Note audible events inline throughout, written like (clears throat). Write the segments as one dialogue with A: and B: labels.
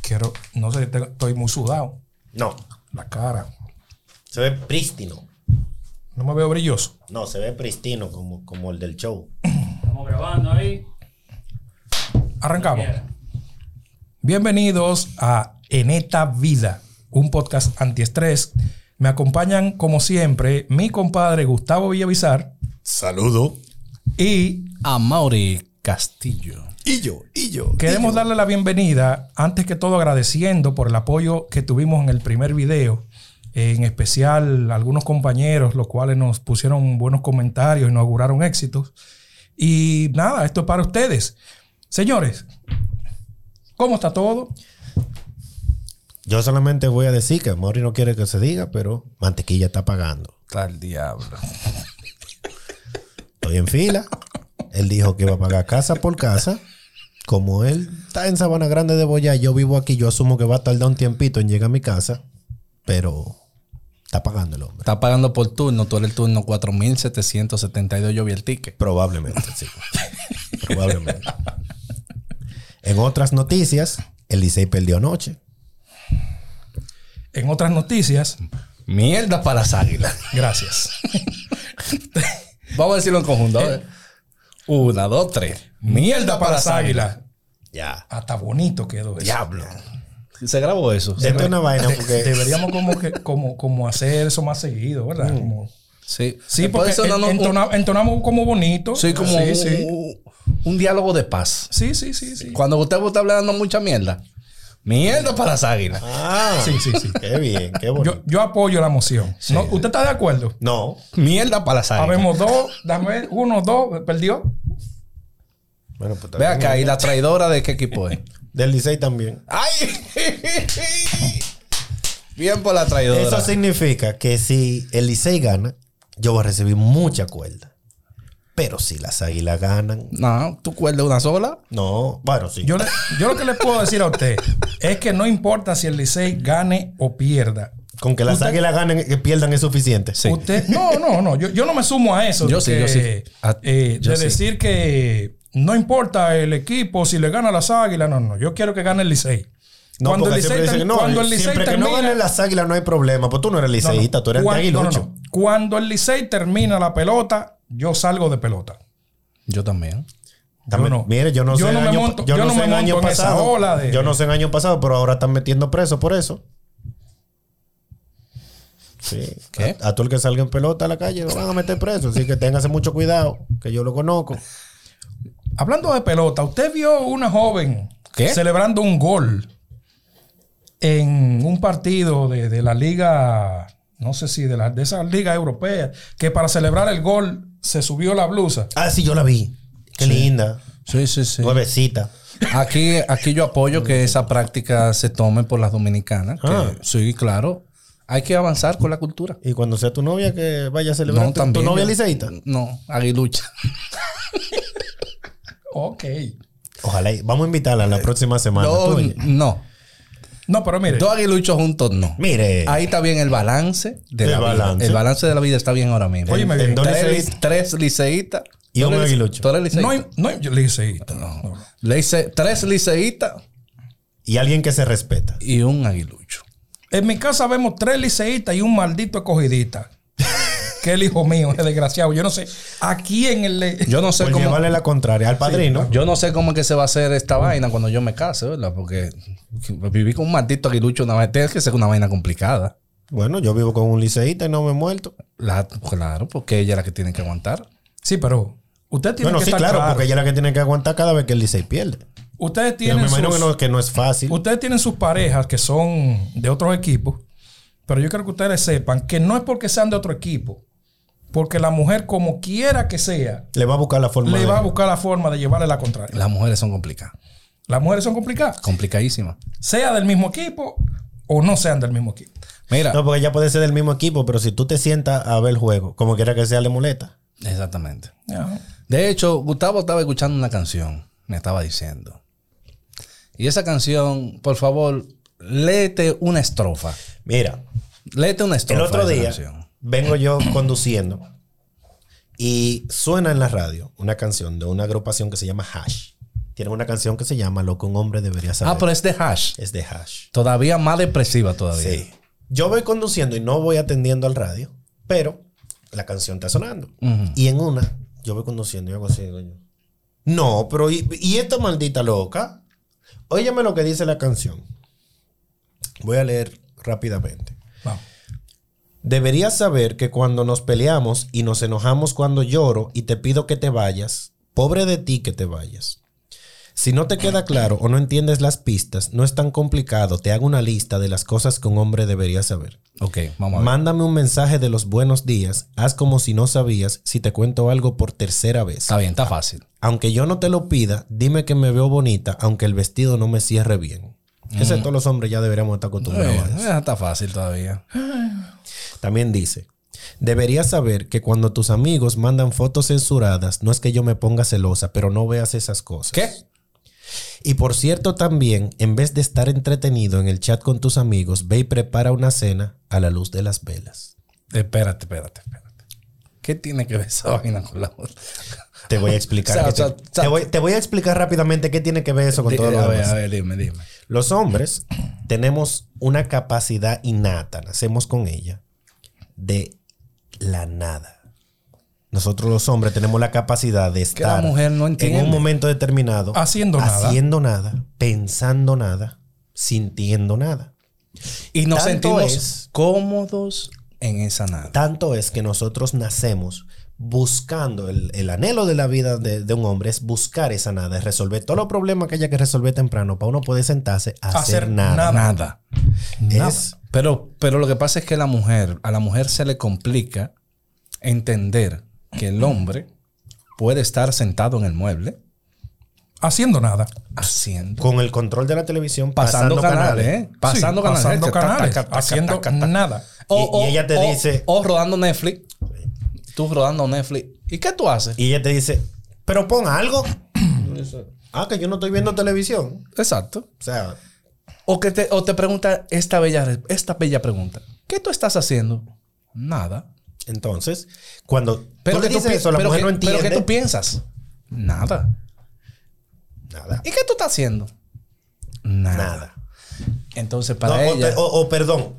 A: quiero, no sé, te- estoy muy sudado.
B: No,
A: La cara.
B: se ve prístino.
A: No me veo brilloso.
B: No, se ve prístino como, como el del show.
C: Estamos grabando ahí.
A: Arrancamos.
C: Mira.
A: Bienvenidos a Eneta Vida, un podcast antiestrés. Me acompañan, como siempre, mi compadre Gustavo Villavizar
D: Saludo.
A: y
D: A Mauri Castillo. Y yo, y yo.
A: Queremos darle la bienvenida, antes que todo agradeciendo por el apoyo que tuvimos en el primer video, en especial algunos compañeros, los cuales nos pusieron buenos comentarios y nos auguraron éxitos. Y nada, esto es para ustedes. Señores, ¿cómo está todo?
B: Yo solamente voy a decir que Mori no quiere que se diga, pero mantequilla está pagando.
D: Tal diablo.
B: Estoy en fila. Él dijo que iba a pagar casa por casa. Como él está en Sabana Grande de Boyá, yo vivo aquí, yo asumo que va a tardar un tiempito en llegar a mi casa, pero está pagando el hombre.
D: Está pagando por turno. Tú eres el turno 4772. Yo vi el ticket.
B: Probablemente, sí. Probablemente. En otras noticias, el Licey perdió anoche.
A: En otras noticias,
D: Mierda para las águilas.
A: gracias.
D: Vamos a decirlo en conjunto. a ver. Una, dos, tres.
A: Mierda para las águilas.
B: Ya.
A: Hasta bonito quedó eso.
B: Diablo.
D: Se grabó eso.
B: Pues Esto es una vaina porque.
A: Deberíamos como, que, como, como hacer eso más seguido, ¿verdad? Como-
D: Sí.
A: sí,
D: Mm. Después
A: porque
D: eso no- no-
A: entona- entonamos, como bonito.
D: un- sí, como
A: Sí,
D: un,
A: sí.
D: un- un diálogo de paz.
A: Sí, sí, sí, sí.
D: Cuando usted está hablando mucha mierda. Mierda para las águilas.
B: Ah,
A: Sí, sí, sí.
B: Qué bien, qué bonito.
A: Yo, yo apoyo la moción. No, ¿Usted está de acuerdo?
B: No.
D: Mierda para las águilas.
A: Habemos dos, dame uno, dos, perdió.
B: Bueno, pues
D: Ve acá, ¿y la traidora de qué equipo es?
B: Del Licey también.
D: ¡Ay! Bien por la traidora.
B: Eso significa que si el Licey gana, yo voy a recibir mucha cuerda. Pero si las águilas ganan,
D: No, tú cuerdas una sola.
B: no. Bueno, sí.
A: Yo, le- yo lo que le puedo decir a usted es que no importa si el Licey gane o pierda.
B: Con que las águilas ganen, que pierdan es suficiente.
D: Sí.
A: Usted, no, no, no. Yo, yo no me sumo a eso.
D: Yo
A: de
D: sí,
A: que,
D: yo sí. A-
A: eh,
D: yo
A: de
D: sí.
A: decir que no importa el equipo, si le gana las águilas, no, no. Yo quiero que gane el Licey.
B: No,
A: cuando el
B: porque
A: Licey
B: siempre dicen,
A: ter-
B: no,
A: cuando el Licey
B: siempre que no
A: termina-
B: ganen las águilas no hay problema. Pues tú no eres
A: No, no.
B: liceísta, tú eres
A: Cuan- no, no,
B: aguilucho.
A: no. Cuando el Licey termina la pelota, yo salgo de pelota.
D: Yo también.
B: También-
A: Yo no.
B: Mire, yo no
A: Yo
B: sé
A: no
B: en
A: me
B: año-
A: monto-
B: yo
A: yo
B: no
A: no
B: sé
A: me
B: en año
A: monto en esa
B: pasado.
A: ola de-
B: Yo no sé en año pasado, pero ahora están metiendo preso por eso. Sí.
D: ¿Qué?
B: A, a todo el que salga en pelota a la calle lo van a meter preso. Así que téngase mucho cuidado, que yo lo conozco.
A: Hablando de pelota, usted vio una joven
D: ¿Qué?
A: celebrando un gol en un partido de, de la liga, no sé si de, la, de esa liga europea, que para celebrar el gol se subió la blusa.
B: Ah, sí, yo la vi. Qué linda.
D: Sí, sí, sí.
B: Nuevecita.
D: Aquí, aquí yo apoyo que esa práctica se tome por las dominicanas. que-
B: Ah.
D: sí, claro. Hay que avanzar con la cultura.
B: Y cuando sea tu novia que vaya a celebrar.
D: No,
B: tu-
D: también.
B: ¿Tu novia liceísta?
D: No, aguilucha.
A: Ok.
B: Ojalá. y- Vamos a invitarla
A: Eh,
B: la próxima semana.
D: No,
B: Tú, oye.
D: no.
A: No, pero mire,
D: Dos aguiluchos juntos no.
B: Mire.
D: Ahí está bien el balance de
B: El
D: la
B: balance.
D: vida. El balance de la vida está bien ahora mismo.
A: Oye,
B: en-
A: me
B: en
A: vi.
B: dos
D: tres,
B: liceístas.
D: lice- tres liceístas.
B: Y
D: Tú
B: un
D: eres-
B: aguilucho.
D: Tú eres liceísta.
A: no hay, no hay liceísta. No.
D: Lice- tres liceístas
B: Y alguien que se respeta.
D: y un aguilucho.
A: En mi casa vemos tres liceístas y un maldito (laughs) escogidista. que el hijo mío es desgraciado. Yo no sé a quién le...
D: Yo no sé
B: Por
D: cómo.
B: llevarle Pues la contraria al padrino.
D: Yo no sé cómo es que se va a hacer esta vaina cuando yo me case, ¿verdad? Porque viví con un maldito aguilucho una vez. Tienes que ser una vaina complicada.
B: Bueno, yo vivo con un liceísta y no me he muerto.
D: La- claro, porque ella es la que tiene que aguantar.
A: Sí, pero usted tiene
B: Bueno,
A: que
B: sí,
A: estar
B: claro,
A: claro.
B: porque ella es la que tiene que aguantar cada vez que el Licey pierde.
A: Ustedes
B: Yo
A: tienen
B: me imagino
A: sus-
B: que no, que no es fácil.
A: Ustedes tienen sus parejas que son de otros equipos, pero yo creo que ustedes sepan que no es porque sean de otro equipo, porque la mujer, como quiera que sea,
B: Le va a buscar la forma.
A: le
B: de-
A: va a buscar la forma de llevarle la contraria.
D: Las mujeres son complicadas.
A: Las mujeres son complicadas,
D: Complicadísimas.
A: sea del mismo equipo o no sean del mismo equipo.
D: Mira.
B: No, porque ella puede ser del mismo equipo, pero si tú te sientas a ver el juego, como quiera que sea, le molesta.
D: Exactamente.
A: Ya.
D: De hecho, Gustavo estaba escuchando una canción, me estaba diciendo. Y esa canción, por favor, léete una estrofa.
B: Mira,
D: Léete una estrofa.
B: el otro
D: de esa
B: día
D: canción.
B: vengo yo conduciendo y suena en la radio una canción de una agrupación que se llama Hash. Tienen una canción que se llama Lo que un hombre debería saber.
D: Ah, pero es de hash.
B: Es de hash.
D: Todavía más depresiva todavía.
B: Sí. Yo voy conduciendo y no voy atendiendo al radio, pero la canción está sonando.
D: Ujú.
B: Y en una, yo voy conduciendo y hago así, coño. No, pero ¿y, y esta maldita loca? Óyeme lo que dice la canción. Voy a leer rápidamente.
A: Vamos.
B: Deberías saber que cuando nos peleamos y nos enojamos cuando lloro y te pido que te vayas, pobre de ti que te vayas. Si no te queda claro o no entiendes las pistas, no es tan complicado, te hago una lista de las cosas que un hombre debería saber.
D: Ok, vamos a ver.
B: Mándame un mensaje de los buenos días, haz como si no sabías si te cuento algo por tercera vez.
D: Está bien, está fácil.
B: Aunque yo no te lo pida, dime que me veo bonita, aunque el vestido no me cierre bien. Ese todos los hombres ya deberíamos estar acostumbrados a eso.
D: Eh, está fácil todavía.
B: También dice, deberías saber que cuando tus amigos mandan fotos censuradas, no es que yo me ponga celosa, pero no veas esas cosas.
D: ¿Qué?
B: Y por cierto también, en vez de estar entretenido en el chat con tus amigos, ve y prepara una cena a la luz de las velas.
D: Espérate, espérate, espérate. ¿Qué tiene que ver esa vaina con la otra?
B: Te voy a explicar.
D: (laughs)
B: que
D: O sea, o sea,
B: te,
D: o sea,
B: te voy, te voy a explicar rápidamente qué tiene que ver eso con
D: Di-
B: todo lo
D: a ver,
B: demás.
D: a ver, dime, dime.
B: Los hombres tenemos una capacidad innata, nacemos con ella, de la nada. Nosotros los hombres tenemos la capacidad de
D: Que la
B: estar
D: mujer no
B: en
D: entiende.
B: un momento determinado
A: Haciendo nada.
B: haciendo nada, pensando nada, sintiendo nada.
D: Y nos
B: Tanto
D: sentimos
B: es-
D: cómodos en esa nada.
B: Tanto es que nosotros nacemos buscando el, el anhelo de la vida de, de un hombre es buscar esa nada, es resolver todos los problemas que haya que resolver temprano para uno poder sentarse a hacer,
A: Hacer
B: nada.
A: nada.
D: Nada.
B: Es
D: Pero, pero lo que pasa es que la mujer, a la mujer se le complica entender que el hombre puede estar sentado en el mueble
A: Haciendo nada.
D: haciendo.
B: con el control de la televisión
D: Pasando, canales, ¿eh? Pasando
A: Sí,
D: canales.
A: pasando
D: Taca, taca,
A: canales,
D: taca, taca,
A: haciendo
D: taca, taca.
A: nada.
B: Y- y ella te
D: o-
B: dice-
D: O rodando Netflix. Tú rodando Netflix. ¿Y qué tú haces?
B: Y ella te dice, pero pon algo. (clears throat) ah, que yo no estoy viendo televisión.
D: Exacto.
B: O sea,
D: O, que te, o te pregunta esta bella, re- esta bella pregunta. ¿Qué tú estás haciendo? Nada.
B: entonces, cuando
D: Pero
B: tú le
D: que tú
B: dices
D: pi-
B: eso, la
D: pero
B: mujer
D: que-
B: no entiende.
D: ¿Pero qué tú piensas? Nada.
B: nada,
D: ¿Y qué tú estás haciendo? Nada.
B: nada.
D: Entonces, Ah, para
B: No, o
D: ella.
B: pe- o, o perdón,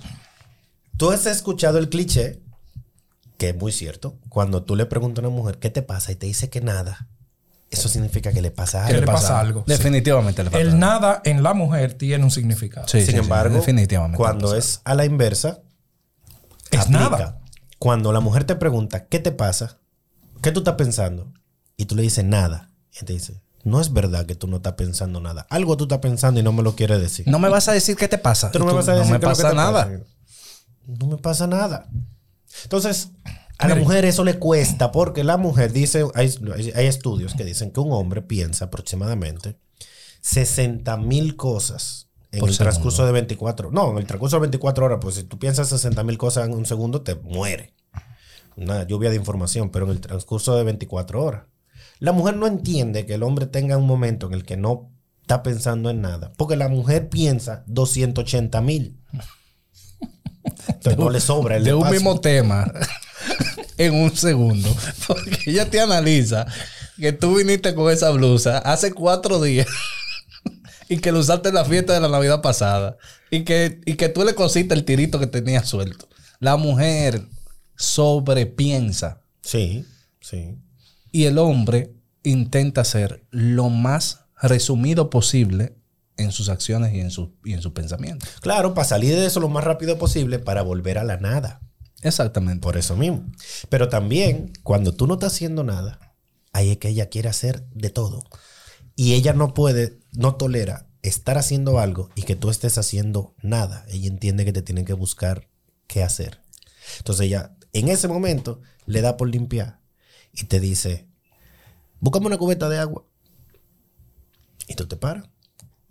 B: tú has escuchado el cliché, que es muy cierto, cuando tú le preguntas a una mujer, ¿qué te pasa? Y te dice que nada. Eso significa que le pasa
A: Que
B: algo.
A: le pasa algo.
D: Definitivamente le pasa
A: El
D: algo.
A: nada en la mujer tiene un significado.
D: Sí, sí,
B: Sin
D: sí,
B: embargo,
D: definitivamente le
B: cuando
D: pasa
B: es a la inversa,
A: Es
B: aplica.
A: nada.
B: Cuando la mujer te pregunta, ¿qué te pasa? ¿Qué tú estás pensando? Y tú le dices nada. Y te dice, no es verdad que tú no estás pensando nada. Algo tú estás pensando y no me lo quieres decir.
D: algo. No me vas a decir qué te pasa.
B: Tú no me vas a decir
D: me
B: qué es lo que
D: pasa
B: te
D: nada.
B: pasa. No me pasa nada. Entonces, a la
A: Miren.
B: mujer eso le cuesta porque la mujer dice, hay, hay- hay estudios que dicen que un hombre piensa aproximadamente 60 mil cosas en
D: Por
B: el
D: segundo.
B: transcurso de 24. No, en el transcurso de 24 horas, pues si tú piensas 60 mil cosas en un segundo, te muere. Una lluvia de información, pero en el transcurso de 24 horas. La mujer no entiende que el hombre tenga un momento en el que no está pensando en nada, porque la mujer piensa 280 mil. Entonces no le sobra el
D: de un
B: espacio.
D: mismo tema (laughs) en un segundo. (laughs) Porque ella te analiza que tú viniste con esa blusa hace cuatro días (laughs) y que lo usaste en la fiesta de la Navidad pasada y que, y que tú le cosiste el tirito que tenía suelto. La mujer sobrepiensa
B: Sí, sí.
D: y el hombre intenta ser lo más resumido posible en sus acciones y en, su, y en sus pensamientos.
B: Claro, para salir de eso lo más rápido posible para volver a la nada.
D: Exactamente.
B: Por eso mismo. Pero también, cuando tú no estás haciendo nada, ahí es que ella quiere hacer de todo. Y ella no puede, no tolera estar haciendo algo y que tú estés haciendo nada. Ella entiende que te tienen que buscar qué hacer. Entonces ella, en ese momento, le da por limpiar y te dice, búscame una cubeta de agua. Y tú te paras,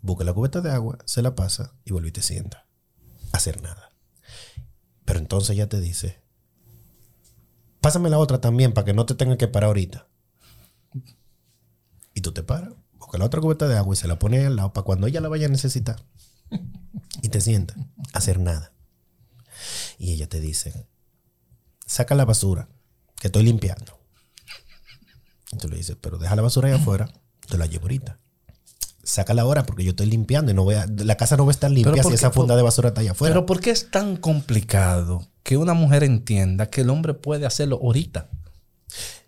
B: busca la cubeta de agua, se la pasa y vuelve y te sienta. a Hacer nada. Pero entonces ella te dice, pásame la otra también para que no te tenga que parar ahorita. Y tú te paras, busca la otra cubeta de agua y se la pone al lado para cuando ella la vaya a necesitar. Y te sientas a hacer nada. Y ella te dice, saca la basura, que estoy limpiando. Y tú le dices, pero deja la basura allá afuera, te la llevo ahorita. sácala ahora porque yo estoy limpiando y no voy a, la casa no va a estar limpia
D: Pero
B: si
D: ¿por
B: esa
D: qué?
B: funda de basura está allá afuera.
D: Pero ¿por qué es tan complicado que una mujer entienda que el hombre puede hacerlo ahorita?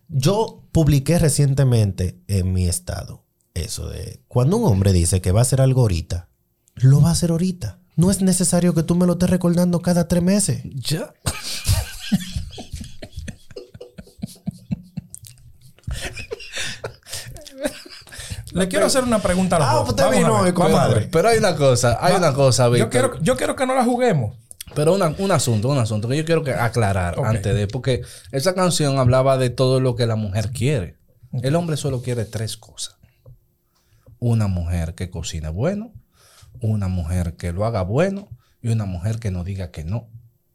B: Yo publiqué recientemente en mi estado eso de cuando un hombre dice que va a hacer algo ahorita, lo va a hacer ahorita. No es necesario que tú me lo estés recordando cada tres meses.
D: Ya.
A: Le quiero hacer una pregunta a los
B: Ah,
A: dos.
B: usted
A: Vamos a
B: vino
A: ver,
B: hoy,
A: vamos a
B: compadre.
A: ver.
D: Pero hay una cosa, hay una cosa,
A: Yo
D: Víctor.
A: quiero, yo quiero que no la juguemos.
D: Pero una- un asunto, un asunto que yo quiero que aclarar
A: Ok.
D: antes de, porque esa canción hablaba de todo lo que la mujer quiere. El hombre solo quiere tres cosas. Una mujer que cocine bueno, una mujer que lo haga bueno y una mujer que no diga que no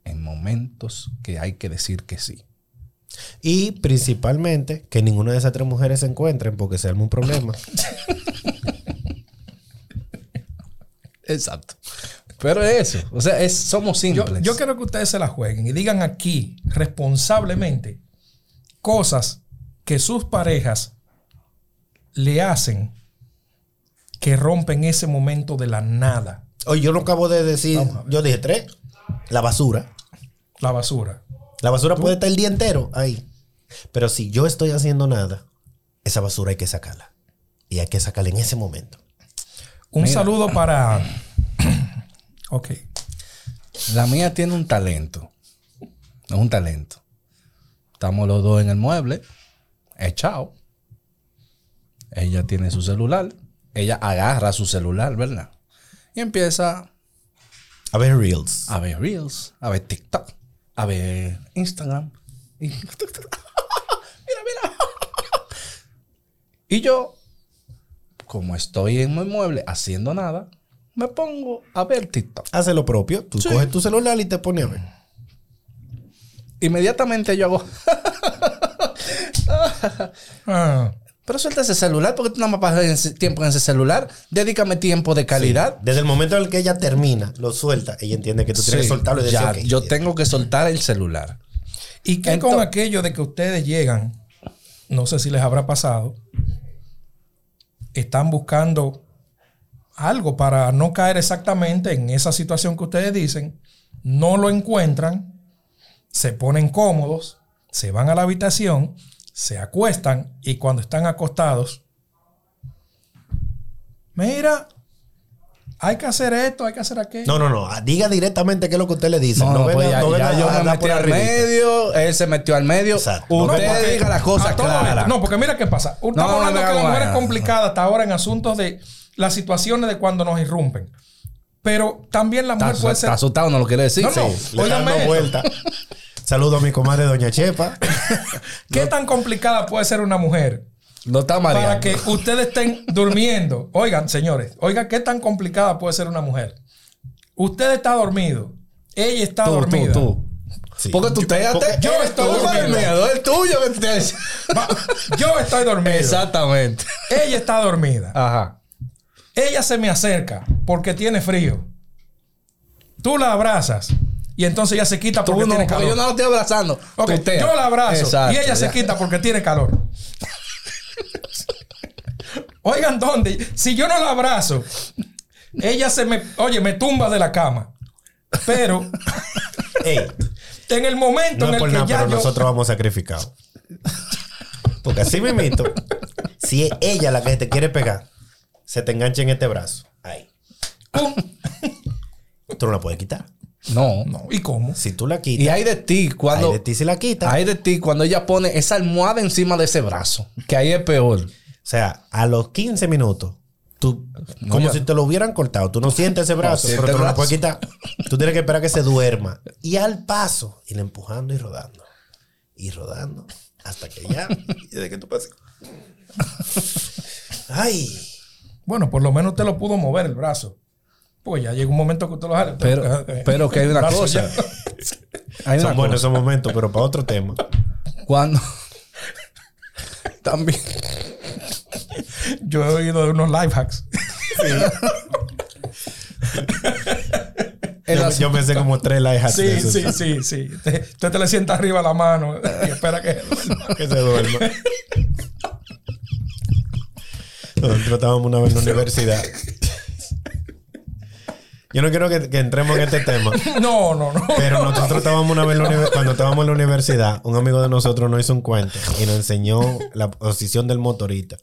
D: en momentos que hay que decir que sí.
B: Y principalmente que ninguna de esas tres mujeres se encuentren porque se arma un (laughs) problema.
D: Exacto. Pero es eso, o sea, es, somos
A: Yo,
D: simples.
A: yo quiero que ustedes se la jueguen y digan aquí responsablemente cosas que sus parejas le hacen que rompen ese momento de la nada.
B: Oye, yo no acabo de decir, yo dije tres, la basura.
A: La basura.
B: La basura puede estar el día entero ahí. Pero si yo estoy haciendo nada, esa basura hay que sacarla. Y hay que sacarla en ese momento.
A: Un saludo para. (coughs) ok.
D: La mía tiene un talento. Es un talento. Estamos los dos en el mueble, echados. Ella tiene su celular. Ella agarra su celular, ¿verdad? Y empieza
B: A ver, Reels.
D: a ver Reels, a ver TikTok, a ver Instagram. Y, (laughs) mira, mira. y yo, como estoy en mi mueble haciendo nada, me pongo a ver TikTok.
B: Hace lo propio. Tú
D: Sí.
B: coges tu celular y te pones a ver.
D: Inmediatamente yo hago...
A: (laughs) Ah,
D: Pero suelta ese celular, porque tú nada más pasas en ese- tiempo en ese celular. Dedícame tiempo de calidad.
B: Desde el momento en el que ella termina, lo suelta. Ella entiende que tú tienes
D: Sí,
B: que soltarlo y decir,
D: ya,
B: "Ok,
D: yo tengo que soltar el celular.
A: ¿Y qué
D: Ento-
A: con aquello de que ustedes llegan? No sé si les habrá pasado. Están buscando algo para no caer exactamente en esa situación que ustedes dicen. No lo encuentran. Se ponen cómodos. Se van a la habitación. Se acuestan. Y cuando están acostados. Mira. Hay que hacer esto, hay que hacer aquello.
B: No, no, no. Ah, Diga directamente qué es lo que usted le dice.
D: No, no, pues
B: venga-
D: ya,
B: no
D: ya
B: venga
D: yo
B: a
D: me
B: andar
D: metí
B: por
D: al
B: arribita.
D: medio, él se metió al medio.
B: Exacto.
D: Usted
A: No, porque-
D: diga las cosas
A: a todo
D: claras.
A: esto- No, porque mira qué pasa. Estamos
D: no,
A: hablando
D: no,
A: que la
D: no,
A: mujer es
D: no.
A: complicada hasta ahora en asuntos de las situaciones de cuando nos irrumpen. Pero también la
D: está,
A: mujer puede
D: está
A: ser.
D: asustado, no lo quiere decir.
A: No, no.
B: Sí, le está
A: Óigame
B: dando
A: esto.
B: vuelta. Saludo a mi comadre Doña Chepa.
A: ¿Qué tan complicada puede ser una mujer?
D: Lo está mareando.
A: Para que ustedes estén durmiendo. Oigan, señores, oigan, ¿qué tan complicada puede ser una mujer? Usted está dormido. Ella está
D: tú,
A: dormida.
D: tú, tú.
B: Sí.
D: Porque tú te
B: porque-
A: yo
D: eres
A: estoy
D: tú,
A: durmiendo.
D: miedo, es tuyo que te-
A: Va, Yo estoy dormido.
D: Exactamente.
A: Ella está dormida.
D: Ajá.
A: Ella se me acerca porque tiene frío. Tú la abrazas y entonces ella se quita
D: Tú
A: porque
D: no,
A: tiene
D: porque
A: calor.
D: yo no lo estoy abrazando.
A: Ok,
D: Tú te-
A: yo la abrazo
D: Exacto,
A: y ella se
D: ya.
A: quita porque tiene calor. Oigan, ¿dónde? Si yo no la abrazo, ella se me, oye, me tumba de la cama. Pero
B: Ey,
A: en el momento
B: no
A: en
B: es
A: el
B: por
A: que
B: nada,
A: ya
B: pero
A: yo-
B: nosotros vamos sacrificados. Porque así mismito, si es ella la que te quiere pegar, se te engancha en este brazo. Ahí.
A: ¡pum!
B: Tú no la puedes quitar.
D: No.
A: No, ¿y cómo?
B: Si tú la
D: Y
B: quitas,
D: hay de ti cuando.
B: ahí de ti se la quita.
D: Ay de ti cuando ella pone esa almohada encima de ese brazo. Que ahí es peor.
B: O sea, a los 15 minutos, tú,
D: No,
B: como
D: ya.
B: si te lo hubieran cortado. Tú no sientes ese brazo,
D: sientes
B: pero tú
D: el
B: no la
D: brazo.
B: puedes quitar. Tú tienes que esperar que se duerma. Y al paso, ir empujando y rodando. Y rodando. Hasta que ya. y desde que tú pases. Ay.
A: Bueno, por lo menos usted lo pudo mover el brazo. Pues ya llega un momento que usted lo eh, jale. (laughs)
D: Pero, pero que hay una
A: Brazo
D: cosa.
A: ya.
D: Hay una
B: Son buenos
D: cosa.
B: esos momentos, pero para otro tema.
D: Cuando. (laughs) También.
A: Yo he oído de unos life hacks.
D: el
B: Yo,
D: as-
B: yo pensé como tres live hacks de
A: Sí,
B: esos,
A: sí, sí, sí. Te- Tú te le sientas arriba la mano y espera que
B: Que se duerma. Nosotros estábamos una vez en la universidad. Yo no quiero que, que entremos en este tema.
A: No, no, no.
B: Pero nosotros estábamos una vez en la univer- cuando estábamos en la universidad, un amigo de nosotros nos hizo un cuento y nos enseñó la posición del motorista.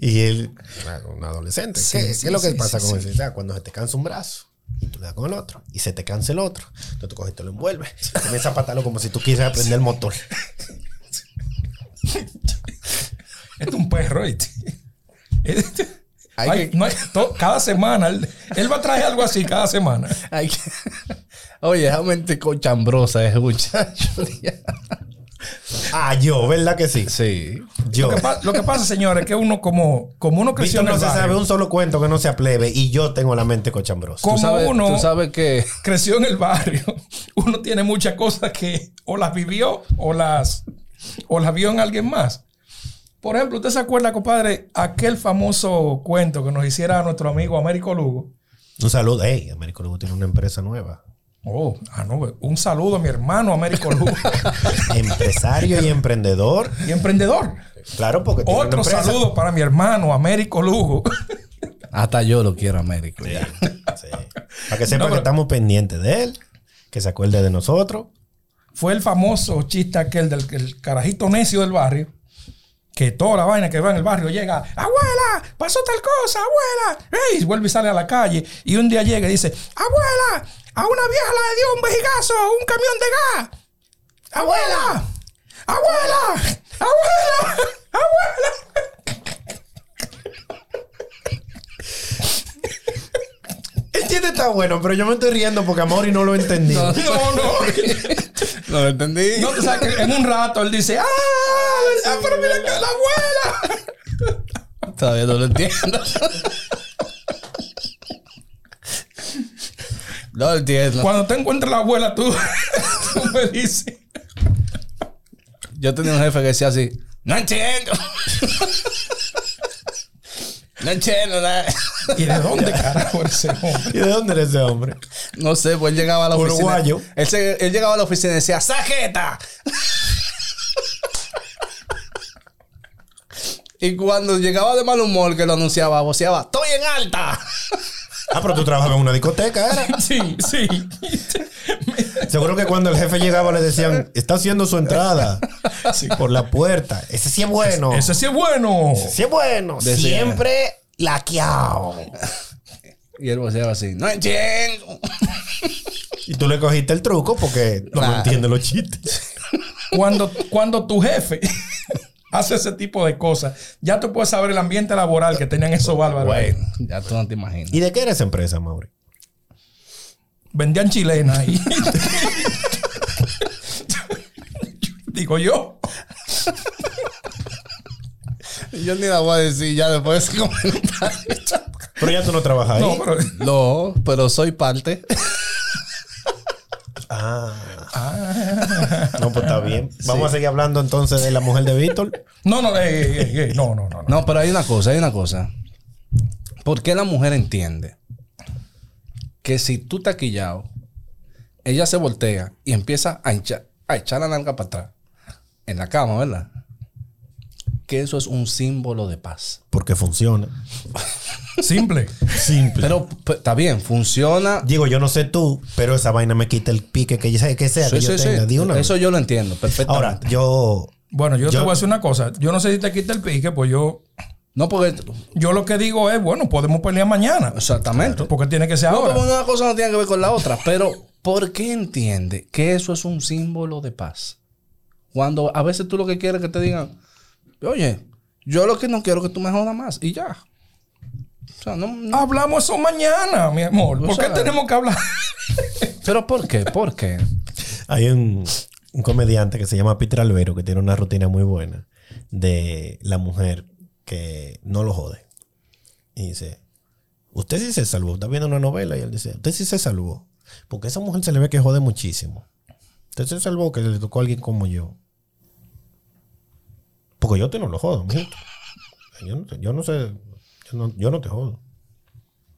B: Y él, claro, un adolescente, ¿qué, qué es lo que pasa con eso? Ah, Cuando se te cansa un brazo, tú le das con el otro y se te cansa el otro. Entonces tú coges y te lo envuelves. Comienzas a patarlo como si tú quisieras aprender el motor.
A: Este es un perro, ¿oíste? Este-
D: Hay
A: Ay,
D: que-
A: no hay- to- cada semana, él, él va a traer algo así cada semana.
D: Ay, (laughs) que- Oye, esa mente cochambrosa es eh, muchacho. (laughs)
B: Ah, yo, ¿verdad que sí?
D: sí.
B: Yo.
A: Lo que, pa- lo que pasa, señores, es que uno como, como uno creció
B: Víctor
A: en
B: no
A: el
B: se sabe
A: barrio,
B: un solo cuento que no sea plebe y yo tengo la mente cochambrosa.
A: Como
D: tú sabes,
A: uno-
D: tú sabes que
A: creció en el barrio, (laughs) uno tiene muchas cosas que o las vivió o las, o las vio en alguien más. Por ejemplo, ¿usted se acuerda, compadre, aquel famoso cuento que nos hiciera nuestro amigo Américo Lugo?
B: Un saludo. Ey, Américo Lugo tiene una empresa nueva.
A: Oh, ah, no, un saludo a mi hermano Américo Lugo
B: Empresario y emprendedor.
A: y (laughs) emprendedor.
B: Claro, porque tiene una
A: Otro
B: empresa.
A: saludo para mi hermano Américo Lugo. (laughs)
D: hasta yo lo quiero, Américo.
B: Sí,
D: ya.
B: (laughs)
D: (laughs)
B: sí. Para que sepa
A: No, pero-
B: que estamos pendientes de él, que se acuerde de nosotros.
A: Fue el famoso chiste aquel del el carajito necio del barrio. Que toda la vaina que va en el barrio llega, abuela, pasó tal cosa, abuela. Ey, vuelve y sale a la calle. Y un día llega y dice, abuela, a una vieja la dio un vejigazo, un camión de gas. Abuela, abuela, abuela, abuela.
B: El chiste está bueno, pero yo me estoy riendo porque Amori no lo entendí.
A: (laughs) No, (laughs) no.
D: No lo entendí.
A: No, tú sabes que en un rato él dice, ¡ah! ah, pero mira que la abuela!
D: Todavía no lo entiendo. No lo entiendo.
A: Cuando te encuentras la abuela, tú, (laughs) tú me dices.
D: Yo tenía un jefe que decía así: No entiendo. No entiendo nada.
A: ¿Y de dónde carajo ese hombre?
B: ¿Y de dónde era ese hombre?
D: No sé, pues él llegaba a la oficina.
B: Uruguayo.
D: Él, se- él llegaba a la oficina y decía: ¡Sajeta! Y cuando llegaba de mal humor que lo anunciaba, voceaba: ¡Estoy en alta!
B: Ah, pero tú trabajas en una discoteca, era.
A: Sí, sí.
B: Seguro que cuando el jefe llegaba le decían, está haciendo su (laughs) entrada por la puerta. Ese sí es bueno.
A: Ese sí es bueno.
B: sí es bueno.
D: Decía.
B: Siempre laqueado.
D: Y él voceaba así: ¡No entiendo!
B: Y tú le cogiste el truco porque no
D: Claro.
B: entiende los chistes.
A: Cuando, cuando tu jefe (laughs) hace ese tipo de cosas, ya tú puedes saber el ambiente laboral que tenían esos bárbaros. ahí.
D: Bueno, ya tú no te imaginas.
B: ¿Y de qué era esa empresa, Mauri?
A: Vendían chilena ahí. (laughs) Digo yo.
D: Yo ni la voy a decir ya después de ese comentario.
B: Pero ya tú no trabajas ahí.
A: No, pero.
D: (laughs) No, pero soy parte.
B: Ah. No, pues está bien. Vamos a seguir hablando entonces de la mujer de Víctor.
A: No, no, ey, ey, ey, ey, no, no, no, no.
D: No, pero hay una cosa, hay una cosa. ¿Por qué la mujer entiende que si tú estás quillado, ella se voltea y empieza a, hincha- a echar la nalga para atrás? En la cama, ¿verdad? Que eso es un símbolo de paz.
B: Porque funciona.
A: Simple.
B: Simple.
D: Pero p- está bien, funciona.
B: Digo, yo no sé tú, pero esa vaina me quita el pique que, ya- que sea
D: Sí,
B: que yo
D: sí, sí.
B: tenga. Digo una vez.
D: Eso yo lo entiendo perfectamente.
B: Ahora, yo.
A: Bueno, yo, te
B: Yo-
A: voy a decir una cosa. Yo no sé si te quita el pique, pues yo,
D: no porque...
A: yo lo que digo es, bueno, podemos pelear mañana.
D: Exactamente.
A: Porque tiene que ser
D: No,
A: ahora.
D: pero una cosa no tiene que ver con la otra, pero ¿por qué entiende que eso es un símbolo de paz? Cuando a veces tú lo que quieres es que te digan, oye, yo lo que no quiero es que tú me jodas más y ya. O sea, no, no-
A: Hablamos eso mañana, mi amor. ¿Por qué
D: sabes.
A: tenemos que hablar?
D: Pero ¿por qué? ¿Por qué?
B: Hay un, un comediante que se llama Peter Albero que tiene una rutina muy buena de la mujer que no lo jode. Y dice: Usted sí se salvó. Está viendo una novela y él dice: Usted sí se salvó. Porque a esa mujer se le ve que jode muchísimo. Usted se salvó que le tocó a alguien como yo. Porque yo te no lo jodo, mijito. Yo no, te- yo no sé. Yo no, yo no te jodo.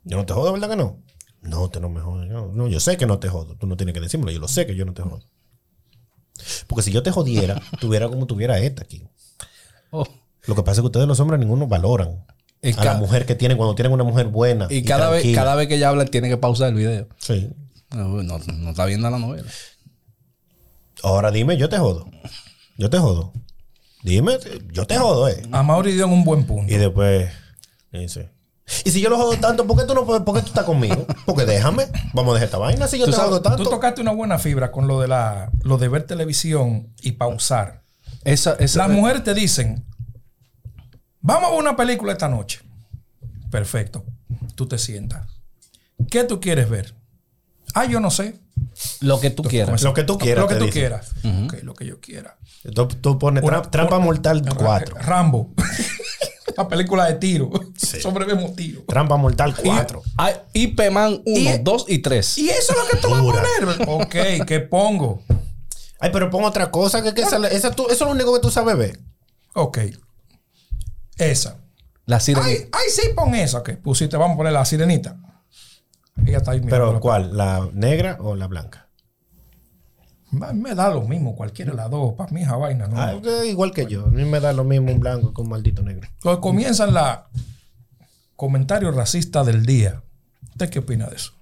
B: Yo no te jodo, ¿verdad que no? No, te no me jodo. Yo, no, yo sé que no te jodo. Tú no tienes que decírmelo. Yo lo sé que yo no te
D: (laughs)
B: jodo. Porque si yo te jodiera, tuviera como tuviera esta aquí.
D: (laughs) Oh,
B: Lo que pasa es que ustedes los hombres ninguno valoran
D: Y
B: a
D: ca-
B: la mujer que tienen cuando tienen una mujer buena.
D: Y, cada, vez,
B: tranquila.
D: cada vez que ella habla, tiene que pausar el video.
B: Sí.
D: No, no- no está viendo la novela.
B: Ahora dime, yo te jodo. Yo te jodo. Dime, yo te jodo, eh.
A: A Mauri dio en un buen punto.
B: Y después dice. Y si yo lo jodo tanto, ¿por qué tú no puedes- por qué tú estás conmigo? Porque déjame, vamos a dejar esta vaina si yo
A: Tú
B: te
A: sabes,
B: jodo tanto.
A: tú tocaste una buena fibra con lo de la lo de ver televisión y pausar.
D: Esa, esa,
A: Las mujeres te dicen, vamos a ver una película esta noche. Perfecto. Tú te sientas. ¿Qué tú quieres ver? Ah, yo no sé.
D: lo que tú quieras.
B: Lo que tú quieras.
A: Lo que
B: te
A: tú
B: dicen.
A: quieras. Ok, lo que yo quiera.
B: Tú, tú pones
A: Una-
B: tra- trampa
A: una-
B: mortal 4.
A: Eh, Rambo. (laughs) la película de tiro. Sobre vemos tiro.
B: Trampa mortal 4.
D: Hay IP Man 1,
A: Y-
D: 2 y 3.
A: Y eso es lo que tú vas
B: Dura.
A: a poner. Ok, ¿qué pongo?
B: Ay, pero pon otra cosa que, que esa- esa tú- eso es lo único que tú sabes ver.
A: Ok. Esa.
D: La sirenita.
A: Ay, ay, sí, pon esa. Ok, pusiste, vamos a poner la sirenita. Ella está ahí mirando.
B: Pero ¿cuál? ¿La negra o la blanca?
A: Ma- Me da lo mismo, cualquiera de las dos. Para mí esa vaina, ¿no?
B: Ah, eh, igual que yo. A mí me da lo mismo un blanco que un maldito negro.
A: Entonces, comienzan la comentario racista del día. ¿Usted qué opina de eso?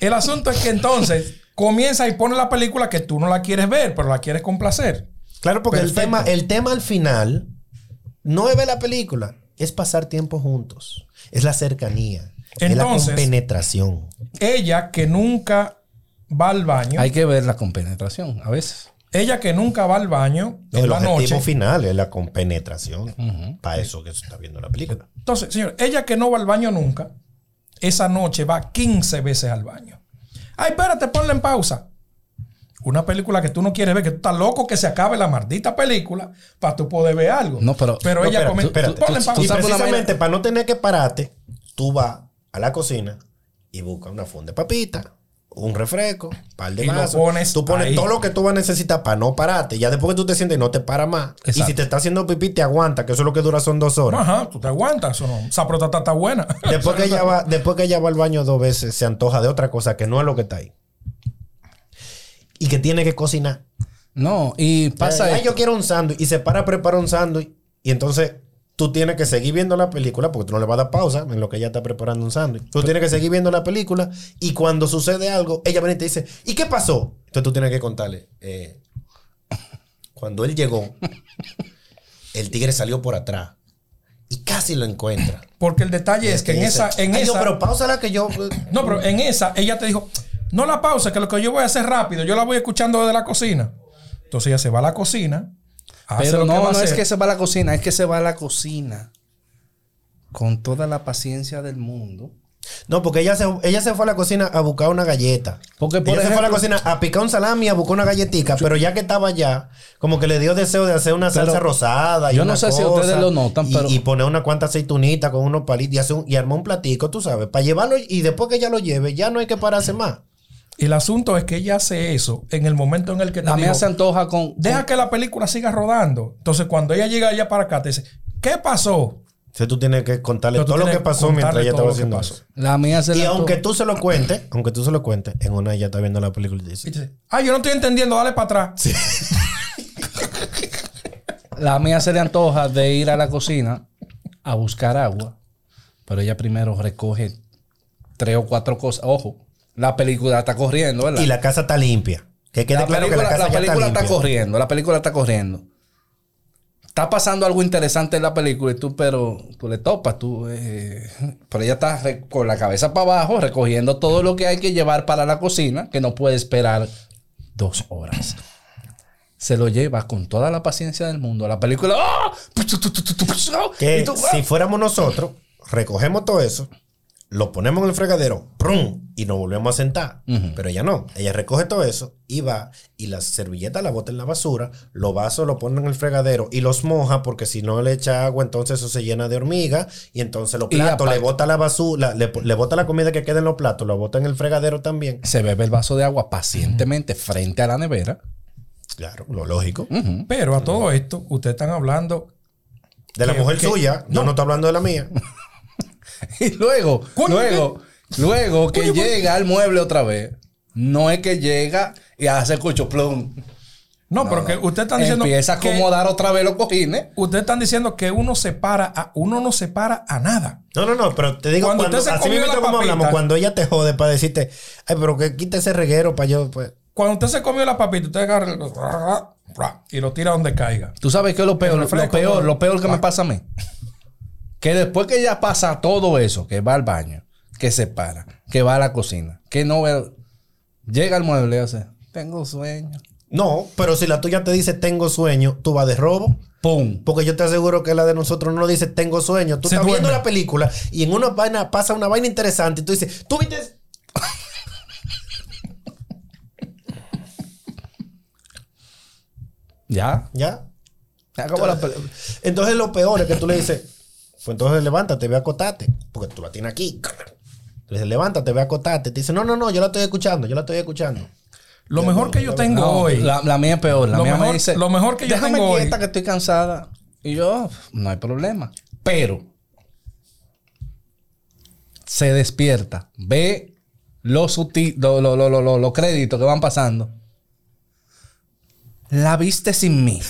A: El asunto es que entonces comienza y pone la película que tú no la quieres ver, pero la quieres complacer.
B: Claro, porque el
A: Perfecto.
B: tema, el tema al final no es ver la película, es pasar tiempo juntos. Es la cercanía. es la
A: Entonces-
B: compenetración.
A: Ella que nunca va al baño,
D: Hay que verla con penetración a veces.
A: ella que nunca va al baño
B: No,
A: en
B: el
A: la
B: objetivo
A: noche.
B: final es la compenetración. Para eso que se está viendo la película.
A: Entonces, señor, ella que no va al baño nunca, esa noche va 15 veces al baño. Ay, espérate, ponla en pausa. Una película que tú no quieres ver, que tú estás loco que se acabe la maldita película para tú poder ver algo.
D: No, pero-
A: pero
B: No,
A: ella
B: espérate,
A: come-
B: espérate.
A: ponla en
D: Tú-
A: pausa.
B: y
D: sabes una
B: precisamente para no tener que pararte, tú vas a la cocina y buscas una funda de papita, un refresco, un par de
A: Y lo
B: vasos.
A: pones
B: tú pones
A: ahí.
B: todo lo que tú vas a necesitar para no pararte. Ya después que tú te sientes no te para más. Y si
D: Exacto.
B: te está haciendo pipí, te aguanta, que eso es lo que dura son dos horas.
A: Ajá, tú te aguantas. Eso no. Esa protata está buena. (laughs)
B: Después que, ella va, después que ella va al baño dos veces, se antoja de otra cosa que no es lo que está ahí. Y que tiene que cocinar.
D: No, y pasa
B: Ay, ay,
D: esto.
B: yo quiero un sándwich. Y se para a preparar un sándwich. Y entonces tú tienes que seguir viendo la película porque tú no le vas a dar pausa en lo que ella está preparando un sándwich. Tú tienes que seguir viendo la película. Y cuando sucede algo, ella viene y te dice, ¿y qué pasó? Entonces tú tienes que contarle. eh, cuando él llegó, el tigre salió por atrás. Y casi lo encuentra.
A: Porque el detalle es que en
B: Dice,
A: esa, en
B: "Ay, no,
A: esa.
B: pero pausala que yo. eh,
A: No, pero en esa, ella te dijo, no la pausa, que lo que yo voy a hacer rápido, yo la voy escuchando desde la cocina. Entonces ella se va a la cocina. hace
D: Pero
A: lo que
D: no,
A: va a
D: no es
A: hacer.
D: que se va a la cocina, es que se va a la cocina con toda la paciencia del mundo.
B: No, porque ella se, ella se fue a la cocina a buscar una galleta.
D: Porque, por
B: ella se fue a la
D: ejemplo-
B: cocina a picar un salami y a buscar una galletica, pero ya que estaba allá, como que le dio deseo de hacer una
D: Pero
B: salsa rosada. Y
D: yo no
B: una
D: sé si
B: cosa,
D: ustedes lo notan,
B: y-
D: pero-
B: Y poner una cuanta aceitunita con unos palitos y, hacer un- y armó un platico, tú sabes, para llevarlo. Y después que ella lo lleve, ya no hay que pararse más.
A: El asunto es que ella hace eso en el momento en el que te
D: La mía
A: dijo,
D: se antoja con.
A: deja que la película siga rodando. Entonces, cuando ella llega allá para acá, te dice, ¿qué pasó?
B: Entonces tú tienes que contarle
A: Entonces, tú
B: todo lo
A: tienes
B: que pasó
A: contarle
B: mientras ella
A: todo
B: estaba
A: lo que
B: haciendo
A: pasó.
B: eso.
D: La mía se
B: Y
D: la
B: aunque
D: antoja.
B: tú se lo cuentes, aunque tú se lo cuentes, en una ella está viendo la película y te
A: Y
B: dice,
A: te dice, ah, yo no estoy entendiendo, dale para atrás.
D: La mía se le antoja de ir a la cocina a buscar agua. Pero ella primero recoge tres o cuatro cosas. Ojo, la película está corriendo, ¿verdad?
B: y la casa está limpia. Que quede
D: la
B: claro que la
D: película,
B: casa
D: la
B: ya
D: película está,
B: limpia.
D: corriendo, la película está corriendo. Está pasando algo interesante en la película y tú, pero tú le topas, tú. eh, pero ella está re- con la cabeza para abajo, recogiendo todo lo que hay que llevar para la cocina, que no puede esperar dos horas. Se lo lleva con toda la paciencia del mundo. La película. ¡ah!
B: Que
D: Y tú,
B: si
D: ¡ah!
B: fuéramos nosotros, recogemos todo eso, lo ponemos en el fregadero, ¡prum! y nos volvemos a sentar. Pero ella no. Ella recoge todo eso y va, y las servilletas la bota en la basura, los vasos los pone en el fregadero y los moja, porque si no le echa agua, entonces eso se llena de hormiga, y entonces los
D: Y
B: platos le
D: aparte-
B: bota la basura, le, le bota la comida que queda en los platos, la bota en el fregadero también.
D: Se bebe el vaso de agua pacientemente frente a la nevera.
B: Claro, lo lógico.
A: Pero a todo esto, ustedes están hablando,
B: De la
A: Que-
B: mujer
A: que-
B: suya, yo no estoy hablando de la mía.
D: (laughs) Y luego,
A: Coño,
D: luego, luego que llega al mueble otra vez. No es que llega Y hace escucho plum.
A: No, pero que usted está diciendo.
D: Empieza a
A: que-
D: acomodar otra vez los cojines.
A: Ustedes están diciendo que uno se para a, uno no se para a nada.
B: No, no, no, pero te digo,
A: Cuando
B: cuando
A: usted se
B: así
A: comió
B: mismo
A: la
B: como
A: papita.
B: hablamos, cuando ella te jode para decirte, ay, pero que quita ese reguero para yo, pues.
A: Cuando usted se comió la papita, usted agarra el- y lo tira donde caiga.
D: ¿Tú sabes qué es lo peor?
A: El
D: Lo
A: refresco,
D: peor,
A: ¿no? Ah.
D: lo peor que me pasa a mí. Que después que ya pasa todo eso, que va al baño, que se para, que va a la cocina, que no ve... Llega al mueble y hace, tengo sueño.
B: No, pero si la tuya te dice tengo sueño, tú vas de robo.
D: ¡Pum!
B: Porque yo te aseguro que la de nosotros no dice tengo sueño. Tú
A: Se
B: estás viendo
A: duerme.
B: la película y en una vaina pasa una vaina interesante y tú dices, tú viste. eso?"
D: Ya.
B: Ya.
D: Se acabó la pelea.
B: Entonces lo peor es que tú le dices, pues entonces levántate, ve a acotarte. Porque tú la tienes aquí. Le dices, levántate, ve a acotarte. Te dice, no, no, no, yo la estoy escuchando, yo la estoy escuchando.
A: Lo mejor que yo tengo
D: No,
A: hoy.
D: La, la mía es peor. La
A: Lo
D: mía me
A: mejor-
D: dice.
A: lo mejor que yo
D: Déjame
A: tengo hoy".
D: quieta que estoy cansada. Y yo, no hay problema. Pero se despierta. Ve los, suti- lo- lo- lo- lo- lo- los créditos que van pasando. La viste sin mí.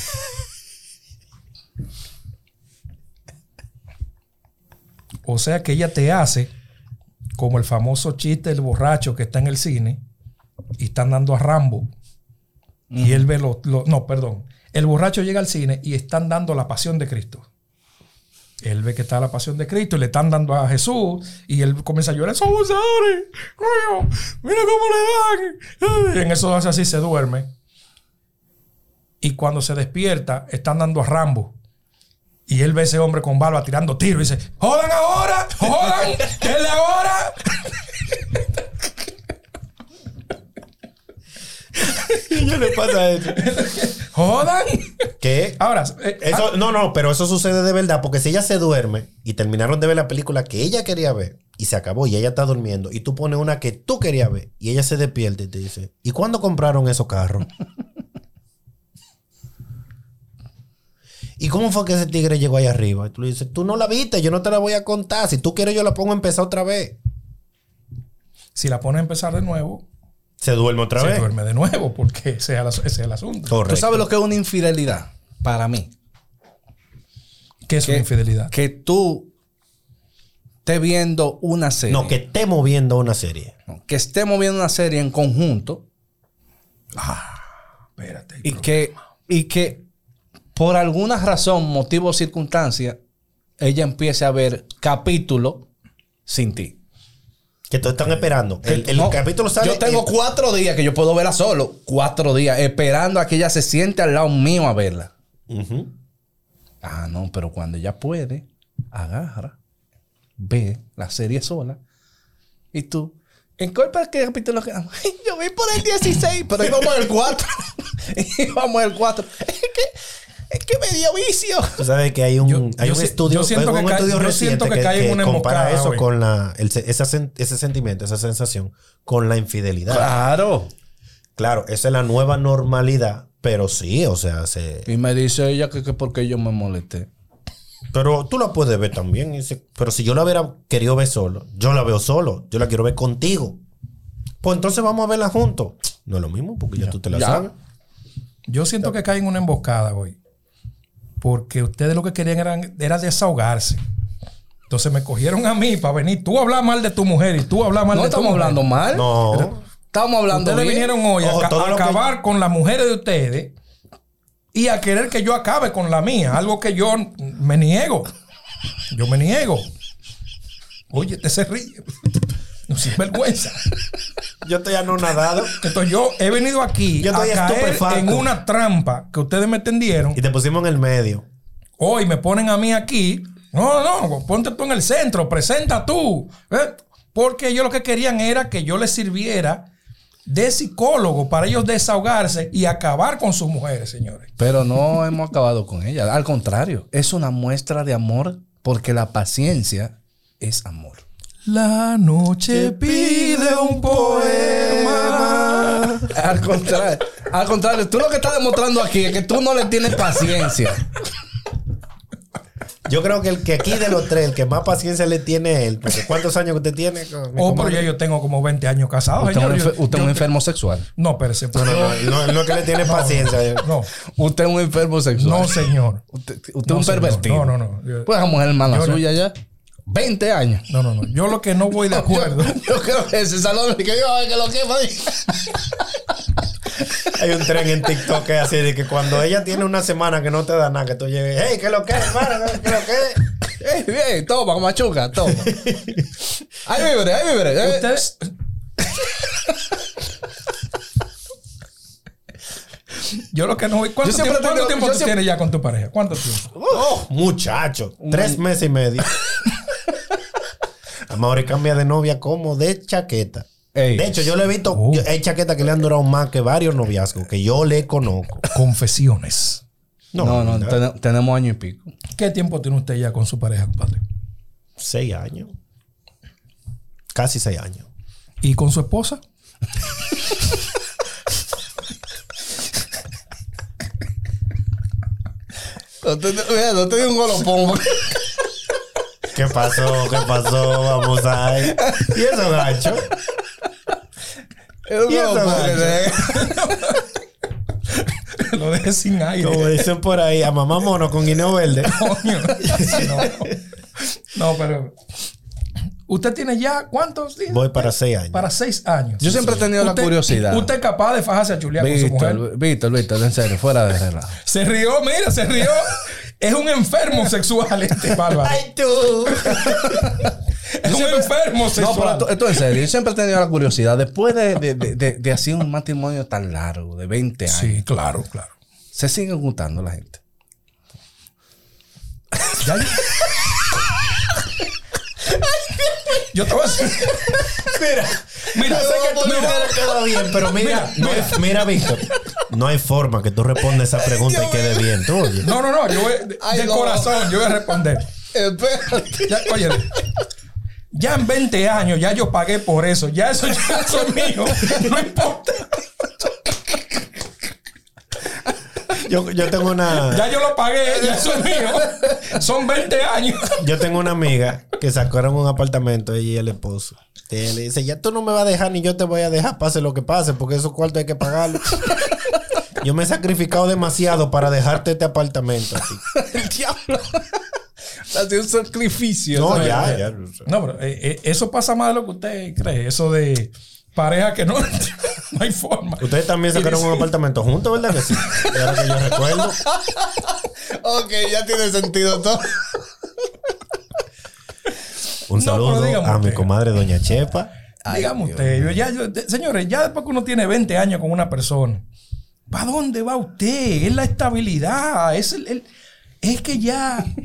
A: O sea que ella te hace como el famoso chiste del borracho que está en el cine y están dando a Rambo. Y él ve los. los- no, perdón. El borracho llega al cine y están dando la pasión de Cristo. Él ve que está la pasión de Cristo y le están dando a Jesús y él comienza a llorar. ¡Son abusadores! coño, ¡Mira cómo le dan! Y en eso hace así, se duerme. Y cuando se despierta, están dando a Rambo. Y él ve a ese hombre con barba tirando tiros y dice, jodan ahora, jodan, denle ahora.
B: ¿Qué le pasa eso?
A: Jodan.
B: ¿Qué?
A: Ahora, eh,
B: Eso, no, no, pero eso sucede de verdad, porque si ella se duerme y terminaron de ver la película que ella quería ver y se acabó y ella está durmiendo y tú pones una que tú querías ver y ella se despierta y te dice, ¿y cuándo compraron esos carros? ¿Y cómo fue que ese tigre llegó ahí arriba? Y tú le dices, tú no la viste, yo no te la voy a contar, si tú quieres yo la pongo a empezar otra vez.
A: si la pone a empezar de nuevo,
B: Se duerme otra
A: se
B: vez.
A: duerme de nuevo porque ese es el, as- ese es el asunto.
B: Correcto.
D: ¿Tú sabes lo que es una infidelidad? Para mí.
A: ¿Qué es una
D: ¿Qué?
A: infidelidad?
D: Que tú estés viendo una serie.
B: No, que estemos viendo una serie.
D: que estemos viendo una serie en conjunto.
A: Espérate.
D: y
A: pero-
D: que, y que por alguna razón, motivo o circunstancia, ella empiece a ver capítulo sin ti.
B: Que todos están esperando. El, el
D: No,
B: capítulo sale.
D: Yo tengo
B: y-
D: cuatro días que yo puedo verla solo. Cuatro días esperando a que ella se siente al lado mío a verla.
B: Ujú.
D: Ah, no, pero cuando ella puede, agarra, ve la serie sola y tú. ¿En cuál para qué capítulo (laughs) quedamos? Yo vi por el 16, pero íbamos al 4. (laughs) íbamos al 4. Es que, es que me dio vicio.
B: Tú sabes que hay un,
A: Yo-
B: hay
A: yo
B: un
A: si-
B: estudio,
A: yo siento
B: hay un
A: que ca-
B: estudio
A: yo siento
B: reciente
A: que
B: que,
A: cae en
B: que
A: una
B: compara
A: emboscada,
B: eso
A: güey.
B: con la, el se- esa sen- ese sentimiento, esa sensación con la infidelidad. Claro.
D: Claro.
B: esa es la nueva normalidad, pero sí, o sea, se,
D: Y me dice ella que, que porque yo me molesté.
B: pero tú la puedes ver también. y se- pero si yo la hubiera querido ver solo, yo la veo solo, yo la quiero ver contigo. Pues entonces vamos a verla juntos. No es lo mismo, porque ya, tú te la
D: ya.
B: sabes.
A: Yo siento que caen en una emboscada hoy. Porque ustedes lo que querían eran, era desahogarse. Entonces me cogieron a mí para venir. Tú hablas mal de tu mujer y tú hablas mal
D: No
A: de tu
D: estamos
A: mujer.
D: hablando mal.
B: No.
D: Estamos hablando
A: Ustedes
D: bien.
A: vinieron hoy a,
B: Ojo,
A: ca-
B: todo
A: a
B: lo que-
A: acabar con las mujeres de ustedes y a querer que yo acabe con la mía, algo que yo n- me niego. Yo me niego. Oye, te se ríe. No sin vergüenza.
B: Yo estoy anonadado.
A: Entonces yo he venido aquí
B: Yo
A: a
B: estoy
A: caer
B: estupefacto.
A: en una trampa que ustedes me tendieron.
B: Y te pusimos en el medio.
A: Hoy me ponen a mí aquí. No, no, ponte tú en el centro, presenta tú. ¿eh? Porque ellos lo que querían era que yo les sirviera de psicólogo para ellos desahogarse y acabar con sus mujeres, señores.
D: Pero no (laughs) hemos acabado con ella. Al contrario, es una muestra de amor porque la paciencia es amor. (laughs)
A: La noche pide un poema.
D: Al contrario, al contrario, tú lo que estás demostrando aquí es que tú no le tienes paciencia.
B: Yo creo que el que aquí de los tres, el que más paciencia le tiene es él. Porque ¿cuántos años que usted tiene? co- mi
A: Oh, pero
B: comadre?
A: ya yo tengo como 20 años casado,
D: Usted es
A: señor.
D: un,
A: Yo-
D: enfer- usted es
A: yo-
D: un enfermo sexual.
A: No, espérese.
B: No,
A: pero-
B: no, no, no, no es que le tiene paciencia.
A: No,
D: Usted es un enfermo sexual.
A: no, señor.
D: Usted, usted
A: No,
D: es un
A: señor.
D: pervertido.
A: No, no, no. Yo-
D: Pues la mujer mala
A: Yo no.
D: suya ya. 20 años.
A: No, no, no. Yo lo que no voy de acuerdo.
D: (laughs) Yo, yo creo que ese salón que yo ay, que lo quema.
B: Hay un tren en TikTok que es así de que cuando ella tiene una semana que no te da nada, que tú llegues, hey, ¿qué es lo que es, hermano? ¿Qué es lo que es?"
D: Ey, bien, Eh, toma, machuca, toma. Ahí vibre, ahí vibre. eh.
A: Ustedes. Yo lo que no voy. ¿Cuánto
D: Yo siempre
A: tiempo, cuánto
D: tengo-
A: tiempo
D: yo
A: tú
D: siempre-
A: tienes ya con tu pareja? ¿Cuánto tiempo?
B: Oh, muchacho. Tres meses y medio. Amaury cambia de novia como de chaqueta.
D: Ey.
B: De hecho, yo le he visto.
A: Oh.
B: yo- hay chaquetas que le han durado más que varios noviazgos que yo le conozco.
A: Confesiones.
B: No,
D: no, no,
B: no,
D: ten- tenemos año y pico.
A: ¿Qué tiempo tiene usted ya con su pareja, compadre?
B: Seis años. Casi seis años.
A: ¿Y con su esposa? (laughs)
D: No te, mira, no te di un golopón. (laughs)
B: ¿Qué pasó? ¿Qué pasó? Vamos ahí. ¿Y eso, gacho?
D: Es un
B: ¿Y eso,
D: golopón que
B: Nacho?
D: te-
A: lo dejé sin
B: Como
A: aire.
B: dicen por ahí, a mamá mono con guineo verde.
A: Coño. No. No, pero. ¿Usted tiene ya cuántos? días?
B: Voy para seis años.
A: Para seis años.
D: Yo siempre he tenido la
A: Usted-
D: curiosidad.
A: ¿Usted es capaz de fajarse a chulear con su mujer?
D: Víctor, Víctor, Víctor, en serio, fuera de relajo.
A: Se rió, mira, se rió. es un enfermo sexual
D: (laughs)
A: este bárbaro.
B: ¡Ay, tú!
A: Es un enfermo
D: No, pero
A: sexual.
D: esto, esto en serio. Yo siempre he tenido la curiosidad. Después de, de, de, de- de así un matrimonio tan largo, de 20 años,
A: sí, claro, claro.
D: se siguen juntando la gente.
A: Ya yo... Yo te voy a
D: (laughs)
A: decir.
B: Mira,
A: Mira, sé que tú- mira.
B: quedó bien, pero mira,
A: Mira,
B: no hay- mira, Víctor, no hay forma que tú respondas esa pregunta y quede bien, tú oye.
A: No, no, no. Yo voy, de,
D: Ay,
A: de
D: no.
A: corazón, yo voy a responder.
D: Espérate.
A: Ya, oye, ya en 20 años, ya yo pagué por eso. Ya eso ya eso es mío. No importa.
B: Yo, yo tengo una,
A: Ya yo lo pagué, ya eso es mío. Son 20 años.
B: yo tengo una amiga que sacaron un apartamento ella y el esposo. Ella le dice, ya tú no me vas a dejar ni yo te voy a dejar, pase lo que pase, porque esos cuartos hay que
D: (laughs)
B: pagarlos. Yo me he sacrificado demasiado para dejarte este apartamento. a ti".
D: El diablo. Ha sido un sacrificio.
B: No,
D: ¿sabes?
B: ya, ya.
A: No, pero eh, eh, eso pasa más de lo que usted cree. Eso de pareja que no, (laughs) no hay forma.
B: Ustedes también sacaron un apartamento juntos, ¿verdad que sí? Claro que yo recuerdo.
D: (laughs) Ok, ya tiene sentido todo.
A: No,
B: Un
A: pero
B: saludo
A: dígame
B: a mi
A: usted.
B: comadre Doña Chepa.
A: Digamos usted, yo ya, yo- de- señores, ya después que uno tiene 20 años con una persona, ¿para dónde va usted? Es la estabilidad, es, el, el- es que ya, (laughs)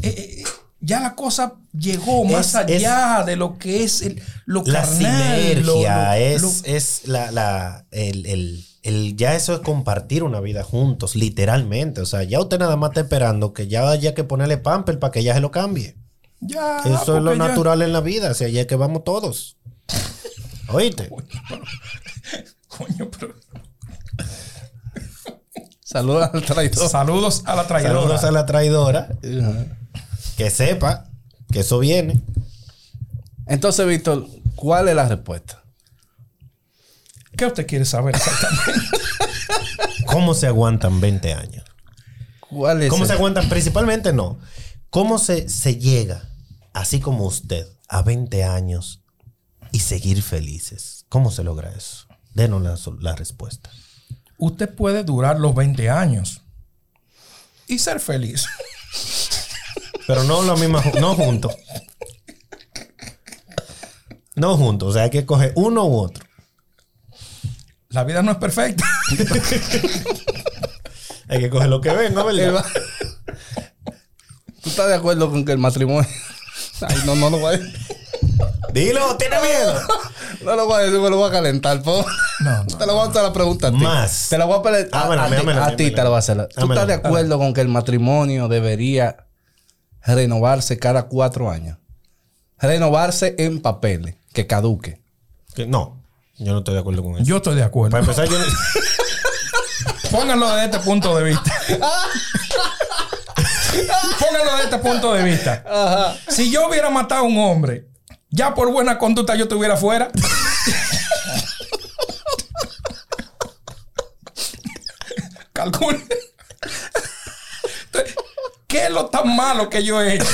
A: eh, eh, ya la cosa llegó más
B: Es- es-
A: allá de lo que es el, lo
B: La
A: carnal. lo-
B: sinergia
A: lo-
B: es,
A: lo-
B: es la, la- el, el- el- ya eso es compartir una vida juntos, literalmente. O sea, ya usted nada más está esperando que ya haya que ponerle pamper para que ella se lo cambie.
A: ya,
B: Eso es lo
A: Ah, porque ya-
B: natural en la vida, o sea, ya es que vamos todos. ¿Oíste?
A: Coño,
B: (laughs)
A: pero-
D: (laughs) Saludos al traidor.
A: saludos a la traidora.
B: Saludos a la traidora, que sepa que eso viene.
D: Entonces, Víctor, ¿cuál es la respuesta?
A: ¿Qué usted quiere saber exactamente?
B: ¿Cómo se aguantan 20 años?
D: ¿Cuál es
B: ¿Cómo
D: el-
B: se
D: (laughs)
B: aguantan? Principalmente no. ¿Cómo se, se llega, así como usted, a 20 años y seguir felices? ¿Cómo se logra eso? Denos la, sol- la respuesta.
A: usted puede durar los 20 años y ser feliz. (laughs)
B: Pero no lo mismo, no juntos. No juntos, o sea, hay que coger uno u otro.
A: La vida no es perfecta. (laughs)
B: Hay que coger lo que venga,
D: el
B: ¿verdad?
D: va- (laughs) ¿Tú estás de acuerdo con que el matrimonio... (laughs) Ay, no, no lo voy a decir.
B: Dilo, tiene miedo.
D: No lo voy a decir, me lo voy a calentar, po.
A: No, no.
D: (laughs) Te lo voy a hacer la pregunta a ti.
B: Más. Ah,
D: Te la voy a pele- a-
B: Dámela,
D: a ti-
B: dámela,
D: A ti
B: dámela.
D: te la voy a hacer. ¿Tú
B: Dámela.
D: estás de acuerdo con que el matrimonio debería renovarse cada cuatro años? Renovarse en papeles, que caduque.
B: Que no, yo no estoy de acuerdo con eso.
A: Yo estoy de
B: Para
A: acuerdo.
B: empezar, yo
D: (laughs)
B: no-
A: Pónganlo desde este punto de vista. póngalo desde este punto de vista. Si yo hubiera matado a un hombre, ya por buena conducta yo estuviera fuera. Calcule. Entonces, ¿Qué es lo tan malo que yo he hecho?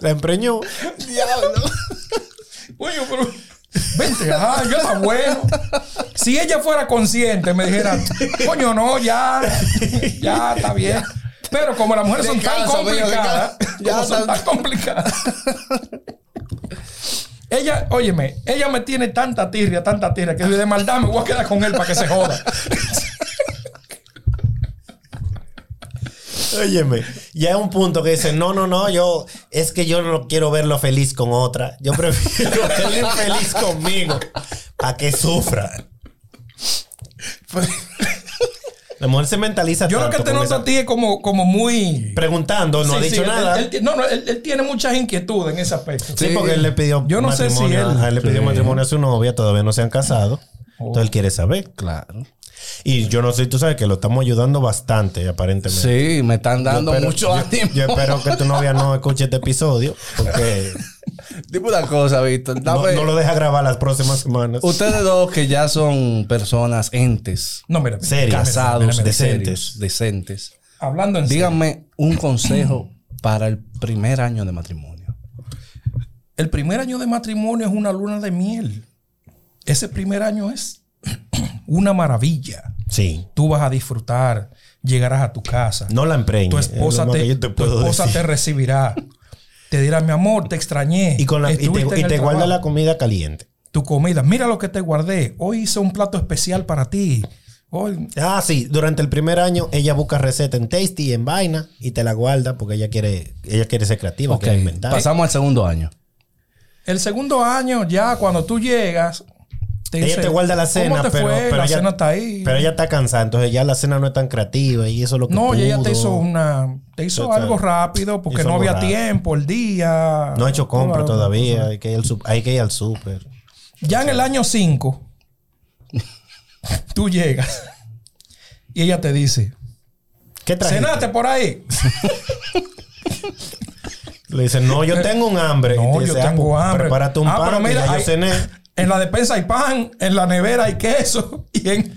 B: La empreñó.
D: Diablo.
A: Oye, pero. (laughs) Vente, ah, yo está bueno. Si ella fuera consciente, me dijera, coño, no, ya, ya está bien. Pero como las mujeres son tan
D: Descansa, bello,
A: complicadas,
D: descansa.
A: como
D: Ya
A: son
D: está.
A: tan complicadas. Ella, óyeme, ella me tiene tanta tirria, tanta tirria, que de maldad me voy a quedar con él para que se joda.
B: Óyeme, ya es un punto que dice, no, no, no, yo, es que yo no quiero verlo feliz con otra. Yo
A: (laughs)
B: prefiero verlo feliz conmigo para que
A: (laughs)
B: sufra. La mujer se mentaliza
A: Yo lo que
B: tanto
A: te
B: con
A: noto
B: esa-
A: a ti es como, como muy...
B: Preguntando, no ha
A: Sí,
B: dicho
A: sí, él-
B: nada.
A: él- él- no, no, él, él tiene muchas inquietudes en ese aspecto.
B: Sí,
D: Sí.
B: porque él le pidió
A: Yo no sé si
B: matrimonio,
A: él-
B: ajá, le pidió
A: Sí. Oh.
B: matrimonio a su novia, todavía no se han casado. Entonces él quiere saber.
D: Claro.
B: Y yo no sé, tú sabes que lo estamos ayudando bastante, aparentemente.
D: Sí, me están dando
B: Pero
D: mucho
B: yo-
D: ánimo.
B: Yo espero que tu novia no escuche este episodio, porque
A: (laughs)
D: Dime una cosa,
B: no,
D: Víctor. Dame-
A: pues,
B: no lo deja grabar las próximas semanas.
D: Ustedes dos que ya son personas entes,
A: No, mira, mira,
B: Serias.
A: mira, mira,
D: casados,
A: mira, mira.
B: decentes.
D: decentes, decentes.
A: Hablando en serio.
D: Díganme un consejo para el primer año de matrimonio.
A: El primer año de matrimonio es una luna de miel. Ese primer año es (clears throat) una maravilla.
B: Sí.
A: Tú vas a disfrutar, llegarás a tu casa.
B: No la empreñes.
A: tu esposa,
B: es lo que
A: te,
B: yo te
A: tu
B: puedo
A: esposa
B: decir.
A: te recibirá. Te dirá, mi amor, te extrañé.
B: Y, con la- y te,
A: Estuviste en
B: y
A: el
B: te guarda
A: trabajo.
B: la comida caliente.
A: Tu comida. Mira lo que te guardé. Hoy hice un plato especial para ti. Hoy...
B: Ah, sí. Durante el primer año, ella busca receta en Tasty y en Vaina y te la guarda porque ella quiere, ella quiere ser creativa,
D: Ok,
B: quiere inventar.
D: pasamos al segundo año.
A: El segundo año, ya cuando tú llegas... Te
B: ella
A: dice,
B: te guarda la
A: ¿Cómo
B: cena,
A: te
B: pero,
A: fue?
B: pero
A: la
B: ella,
A: cena está ahí.
B: Pero ella está cansada, entonces ya la cena no es tan creativa y eso es lo que
A: No, y ella
B: pudo.
A: te hizo una. Te hizo
B: Yo te-
A: algo rápido porque
B: hizo
A: no
B: algo
A: había
B: rápido.
A: tiempo, el día.
B: No ha hecho compra
A: Toda-
B: todavía, hay que ir al, sup- hay que ir al súper.
A: Ya en el año 5, tú llegas y ella te dice:
B: ¿Qué trajiste?
A: ¿Cenaste por ahí?
B: Le dicen, no, yo tengo un hambre. Y
A: Eh, No,
B: te
A: yo
B: dice, ah,
A: tengo
B: pues,
A: hambre.
B: Prepárate un
A: Ah,
B: pan,
A: pero
B: que
A: mira,
B: ya yo
A: hay- (laughs)
B: cené.
A: En la despensa hay pan, en la nevera hay queso. (laughs) Y en...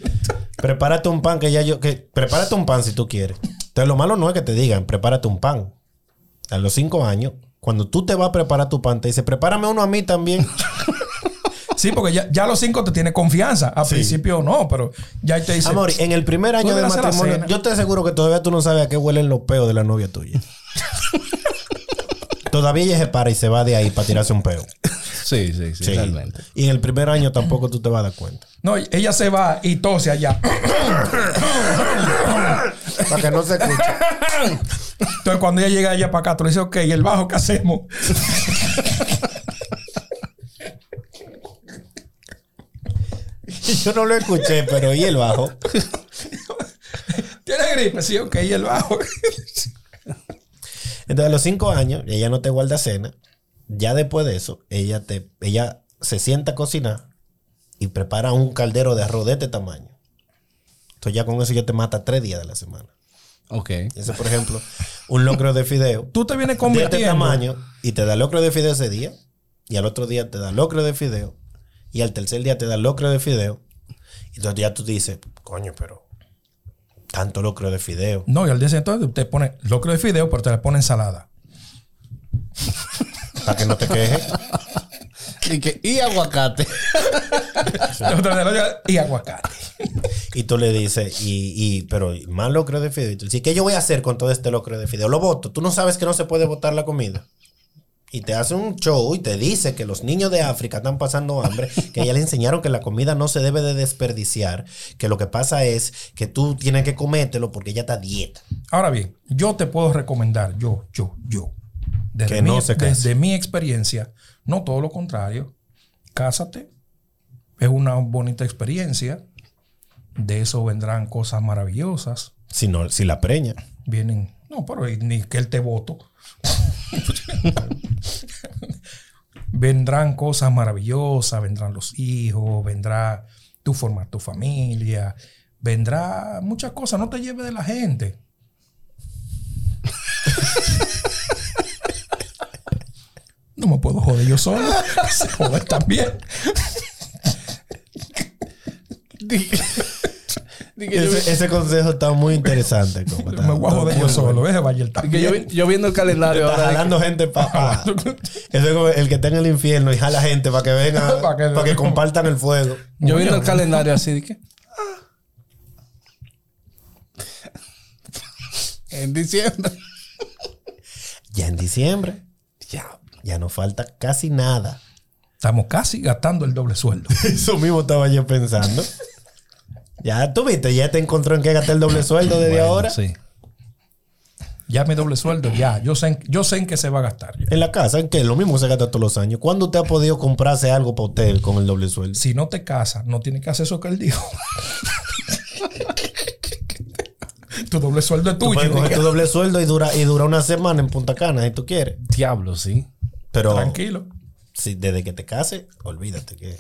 B: Prepárate un pan, que ya yo... Que, prepárate un pan si tú quieres. Entonces, lo malo no es que te digan, prepárate un pan. A los cinco años, cuando tú te vas a preparar tu pan, te dice, prepárame uno a
A: (laughs)
B: mí también.
A: Sí, porque ya, ya a los cinco te tiene confianza. Al principio no, pero ya te dice:
B: Amor, eh. en el primer año de
A: deberás hacer la
B: matrimonio,
A: cena.
B: yo te aseguro que todavía tú no sabes a qué huelen los peos de la novia
A: (laughs)
B: tuya. todavía ella se para y se va de ahí para tirarse un peo.
D: Sí, sí, sí,
B: Sí.
D: realmente.
B: Y en el primer año tampoco tú te vas a dar
A: (laughs)
B: cuenta.
A: No, ella se va y tose allá.
B: Para que no se escuche.
A: Entonces, cuando ella llega allá para acá, tú le dices, ok, ¿y el bajo qué hacemos? (laughs)
B: Yo no lo escuché, pero y el bajo.
A: ¿Tiene gripe? Sí, ok, ¿y el bajo?
B: Entonces, a los cinco años, ella no te guarda cena. Ya después de eso, ella, te, ella se sienta a cocinar y prepara un caldero de arroz de este tamaño. Entonces, ya con eso ya te mata tres días de la semana.
D: Ok.
B: Ese,
A: (laughs)
B: por ejemplo, un locro de fideo
A: Tú te vienes
B: de este
A: convirtiendo.
B: tamaño y te da locro de fideo ese día. Y al otro día te da locro de fideo. Y al tercer día te da locro de fideo. Entonces, ya tú dices, coño, pero tanto locro de fideo.
A: No, y al día siguiente te pone locro de fideo, pero te le pone ensalada.
B: Para que no te quejes.
D: Y, que- y aguacate.
A: (laughs) Y aguacate.
B: Y tú le dices, y, y- pero más locro de fideo. Y tú dices, ¿qué yo voy a hacer con todo este locro de fideo? Lo voto. Tú no sabes que no se puede botar la comida. Y te hace un show y te dice que los niños de África están pasando hambre, que ya le enseñaron que la comida no se debe de desperdiciar, que lo que pasa es que tú tienes que comértelo porque ya está a dieta.
A: Ahora bien, yo te puedo recomendar, yo, yo, yo, desde,
B: Que
A: mi,
B: no se case.
A: desde mi experiencia, no todo lo contrario, cásate, es una bonita experiencia, de eso vendrán cosas maravillosas,
B: Si, no, si la preña.
A: vienen, no, pero y ni que él te voto. (laughs) vendrán cosas maravillosas, vendrán los hijos, vendrá tu formar tu familia, vendrá muchas cosas. No te lleves de la gente. (laughs) No me puedo joder yo solo. Se joder también.
D: (laughs) Di- di que yo vi-
B: Ese, ese consejo está
A: (laughs)
B: muy interesante. compa. Está-
A: Me voy a
B: está
A: joder
B: muy
A: yo
B: bueno.
A: solo. Ese Bayer
D: di que yo vi-
A: también.
D: yo viendo el calendario
B: Está
D: ahora. de que-
B: jalando gente
A: (laughs)
B: para. Eso es como el que está en el infierno y jala gente para que vengan,
A: (laughs) Pa'
B: para
A: que-
B: que, compartan el fuego.
D: Yo viendo el calendario así, dije. En diciembre. (laughs)
B: Ya en diciembre,
D: Ya.
B: ya no falta casi nada. (laughs)
A: Estamos casi gastando el doble sueldo.
B: Eso mismo estaba yo pensando. Ya tú viste, ya te encontró en qué gastar el doble sueldo desde ahora.
D: Sí.
A: Ya mi doble sueldo, ya. Yo sé, en- yo sé en qué se va a gastar. ya.
B: En la casa, en que lo mismo se gasta todos los años. ¿Cuándo usted ha podido comprarse algo para usted con el doble sueldo?
A: Si no te casas, no tienes que hacer eso que él dijo. (laughs) tu doble sueldo es
B: Tú
A: tuyo. ¿eh?
B: puedes coger tu este doble sueldo y dura, y dura una semana en Punta Cana si tú quieres.
D: este Diablo, sí.
B: Pero
A: Tranquilo.
B: si desde que te cases, olvídate que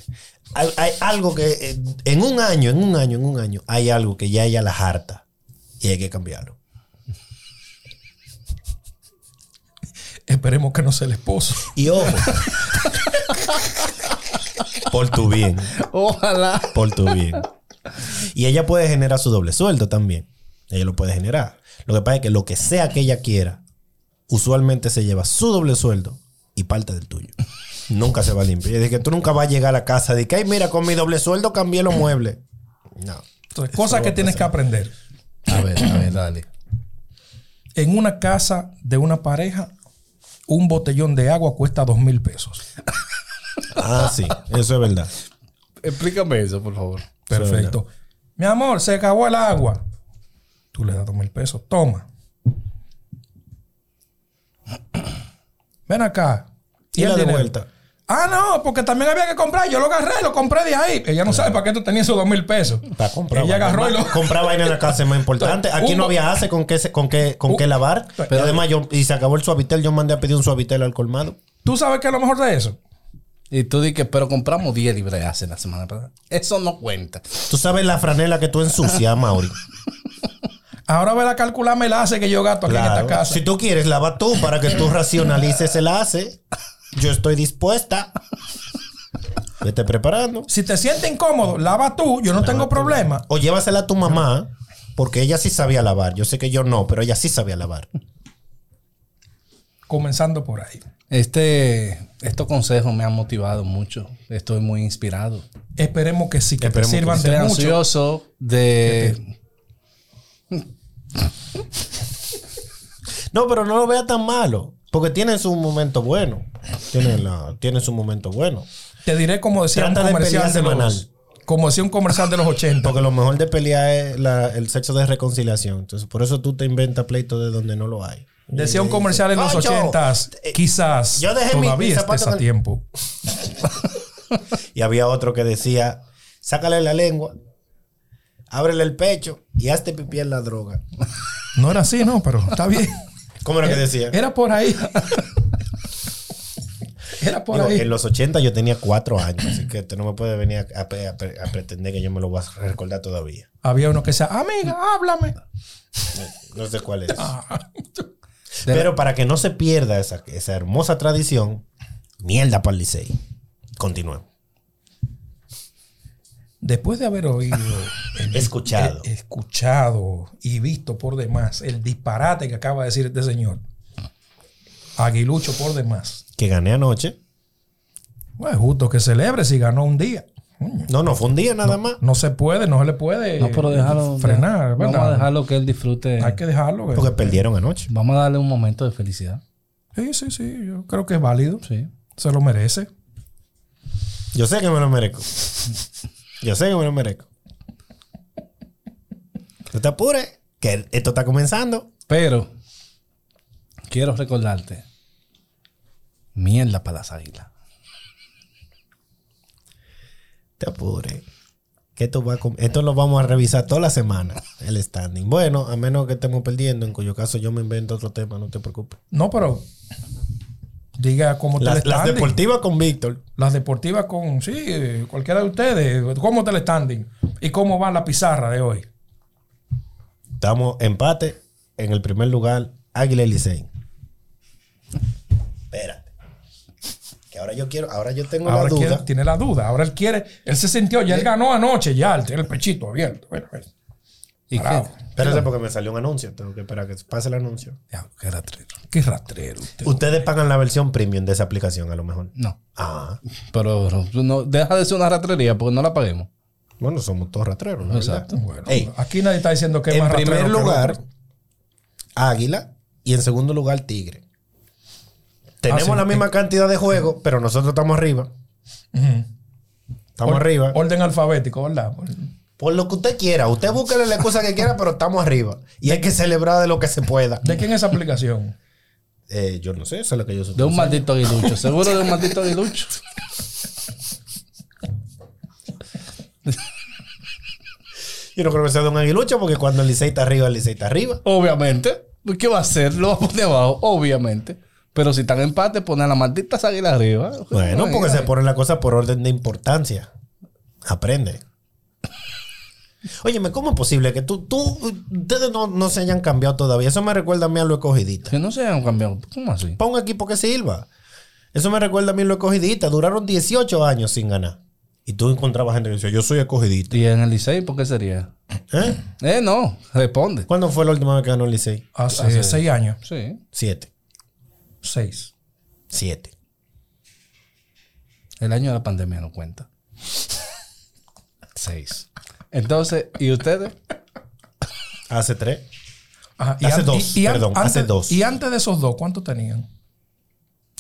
B: hay, hay algo que eh, en un año, en un año, en un año, hay algo que ya ella la harta y hay que cambiarlo.
A: Esperemos que no sea el esposo.
B: Y ojo, por tu bien,
D: Ojalá.
B: por tu bien. Y ella puede generar su doble sueldo también. Ella lo puede generar. Lo que pasa es que lo que sea que ella quiera, usualmente se lleva su doble sueldo y parte del tuyo. Nunca se va limpio. Ella dice que tú nunca vas a llegar a la casa de que, ay, mira, con mi doble sueldo cambié los muebles. No.
A: Entonces, cosas que tienes que aprender.
D: A ver, a ver, dale.
A: En una casa de una pareja, un botellón de agua cuesta dos mil pesos.
B: Ah, sí, eso es verdad.
D: Explícame eso, por favor.
A: Perfecto. Mi amor, se acabó el agua. Tú le das dos mil pesos. Toma. (clears throat) Ven acá.
B: Y la de
A: dinero?
B: vuelta.
A: Ah, no, porque también había que comprar. Yo lo agarré, lo compré de ahí. Ella no sabe para qué tú tenías esos dos mil pesos.
B: Para comprar.
A: Ella
B: vaina.
A: agarró y lo.
B: Comprar vaina en la casa es más importante. Aquí
A: un
B: no
A: bo-
B: había hace con qué, se- con qué, con qué lavar. Pero además, yo, y se acabó el suavitel. Yo mandé a pedir un suavitel al colmado.
A: ¿Tú sabes qué es lo mejor de eso?
D: Y tú di que pero compramos 10 libras hace la semana pasada. Eso no cuenta.
B: Tú sabes la franela que tú ensucias,
A: (laughs)
B: Mauri.
A: Ahora ve a calcularme el hace que yo gasto aquí en
B: Claro.
A: esta casa.
B: Si tú quieres, lava tú para que tú racionalices el hace. Yo estoy dispuesta. Vete preparando.
A: Si te sientes incómodo, lava tú, yo no tengo problema.
B: O llévasela a tu mamá, porque ella sí sabía lavar. Yo sé que yo no, pero ella sí sabía lavar.
A: Comenzando por ahí.
D: Este, estos consejos me han motivado mucho. Estoy muy inspirado.
A: Esperemos que sí, que te
B: Esperemos
A: sirvan
B: que
D: Estoy
A: de mucho.
D: ansioso de...
B: No, pero no lo vea tan malo. Porque tiene su momento bueno. Tiene, la, tiene su momento bueno.
A: Te diré como decía
B: Trata
A: un
B: de
A: comercial
B: pelear
A: de los-
B: semanal.
A: como decía un comercial de los
B: (laughs)
A: 80.
B: Porque lo mejor de pelear es la- el sexo de reconciliación. Entonces, por eso tú te inventas pleito de donde no lo hay.
A: Decía un comercial en los
B: Ocho.
A: 80 quizás
B: eh, yo dejé mi- mi
A: todavía
B: zapato
A: estés
B: en
A: a
B: el-
A: tiempo.
B: Y había otro que decía, sácale la lengua, ábrele el pecho y hazte pipí en la droga.
A: No era así, no, pero está
B: (laughs)
A: bien.
B: ¿Cómo
A: Eh,
B: era que decía?
A: Era por ahí. Era por
B: Digo,
A: ahí.
B: en los 80 yo tenía cuatro años, así que tú no me puedes venir a, a pe- a pre- a pretender que yo me lo voy a recordar todavía.
A: Había uno que decía, amiga, háblame.
B: No sé
A: (laughs)
B: cuál es.
A: Ah,
D: de-
B: Pero para que no se pierda esa, esa hermosa tradición, mierda para el Licey. Continuemos.
A: Después de haber
B: (laughs)
A: oído, el-
B: Escuchado.
A: eh, escuchado y visto por demás el disparate que acaba de decir este señor, Aguilucho por demás.
B: Que gané anoche.
A: Bueno, es justo que celebre si ganó un día. Coño,
B: No, no, fue un día nada más.
A: No se puede, no se le puede
D: No, pero déjalo.
A: eh, frenar, ¿verdad?
D: Vamos a dejarlo que él disfrute.
A: Hay que dejarlo. eh.
B: Porque perdieron anoche.
D: Vamos a darle un momento de felicidad.
A: Sí, sí, sí, yo creo que es válido.
D: Sí.
A: Se lo merece.
B: Yo sé que me lo merezco. Yo sé que me lo merezco. No te apures, que esto está comenzando.
D: Pero quiero recordarte. Mierda para las águilas.
B: Te apures. Que esto, va a com- esto lo vamos a revisar toda la semana, el standing. Bueno, a menos que estemos perdiendo, en cuyo caso yo me invento otro tema, no te preocupes.
A: No, pero diga cómo te
B: Las,
A: le
B: las
A: standing.
B: deportivas con Víctor.
A: Las deportivas con, sí, eh, cualquiera de ustedes. ¿Cómo está el standing? ¿Y cómo va la pizarra de hoy?
B: Estamos empate en el primer lugar, Águila y Licey. Espérate. Que ahora yo quiero, ahora yo tengo
A: Ahora
B: la
A: quiere-
B: duda. Eh.
A: tiene la duda. Ahora él quiere. Él se sintió. Ya él ganó anoche. Ya él tiene el pechito abierto. pues, Mira, mira.
D: ¿Y
A: Bravo.
B: Espérate porque me salió un anuncio. Tengo que esperar a que pase el anuncio.
D: Ya, qué rastrero.
A: Qué rastrero usted.
B: Ustedes pagan la versión premium de esa aplicación, a lo mejor.
D: No.
B: Ah,
D: Pero bro, tú no, deja de ser una ratrería porque no la paguemos.
B: bueno, somos todos rastreros, ¿no?
D: Exacto.
A: Bueno,
B: Ey,
A: aquí nadie está diciendo que es
B: en
A: más rastrero
B: primer
A: que el
B: lugar,
A: otro.
B: Águila. Y en segundo lugar, Tigre. Tenemos
A: sí,
B: la misma cantidad de juegos, pero nosotros estamos arriba.
A: Or-
B: Estamos arriba.
A: Orden alfabético, ¿verdad?
B: Por lo que usted quiera. Usted búsquele la excusa que quiera, pero estamos arriba. Y hay que celebrar de lo que se pueda.
A: ¿De quién es esa aplicación?
B: Eh, yo no sé, eso es lo que yo
D: De
B: supongo.
D: un maldito
A: (laughs)
D: aguilucho. Seguro de un maldito aguilucho.
B: Yo no creo que sea de un aguilucho, porque cuando el Licey está arriba, el Licey está arriba.
D: Obviamente. ¿Qué va a hacer? Lo va a poner abajo. Obviamente. Pero si están en empate, ponen a la maldita águila arriba.
B: Bueno,
D: Pues Ay,
B: porque se
D: ay.
B: ponen la cosa por orden de importancia. Aprende. Óyeme, ¿cómo es posible que tú, tú, ustedes no, no se hayan cambiado todavía? Eso me recuerda a mí a lo escogidita.
D: Que no se hayan cambiado. ¿Cómo así?
B: Para un equipo que sirva. Eso me recuerda a mí a lo escogidita. Duraron 18 años sin ganar. Y tú encontrabas gente que decía, yo soy escogidita.
D: ¿Y en el Licey por qué sería?
B: ¿Eh?
D: Eh, no. Responde.
B: ¿Cuándo fue la última vez que ganó el Licey?
A: Hace, seis años.
D: Sí.
B: Siete.
A: Seis.
B: Siete.
D: El año de la pandemia no cuenta. (laughs) Seis. Entonces, ¿y ustedes?
B: Hace tres.
A: Ajá,
B: Hace
A: an-
B: dos,
A: an-
B: perdón,
A: antes,
B: hace dos.
A: Y antes de esos dos, ¿cuánto tenían?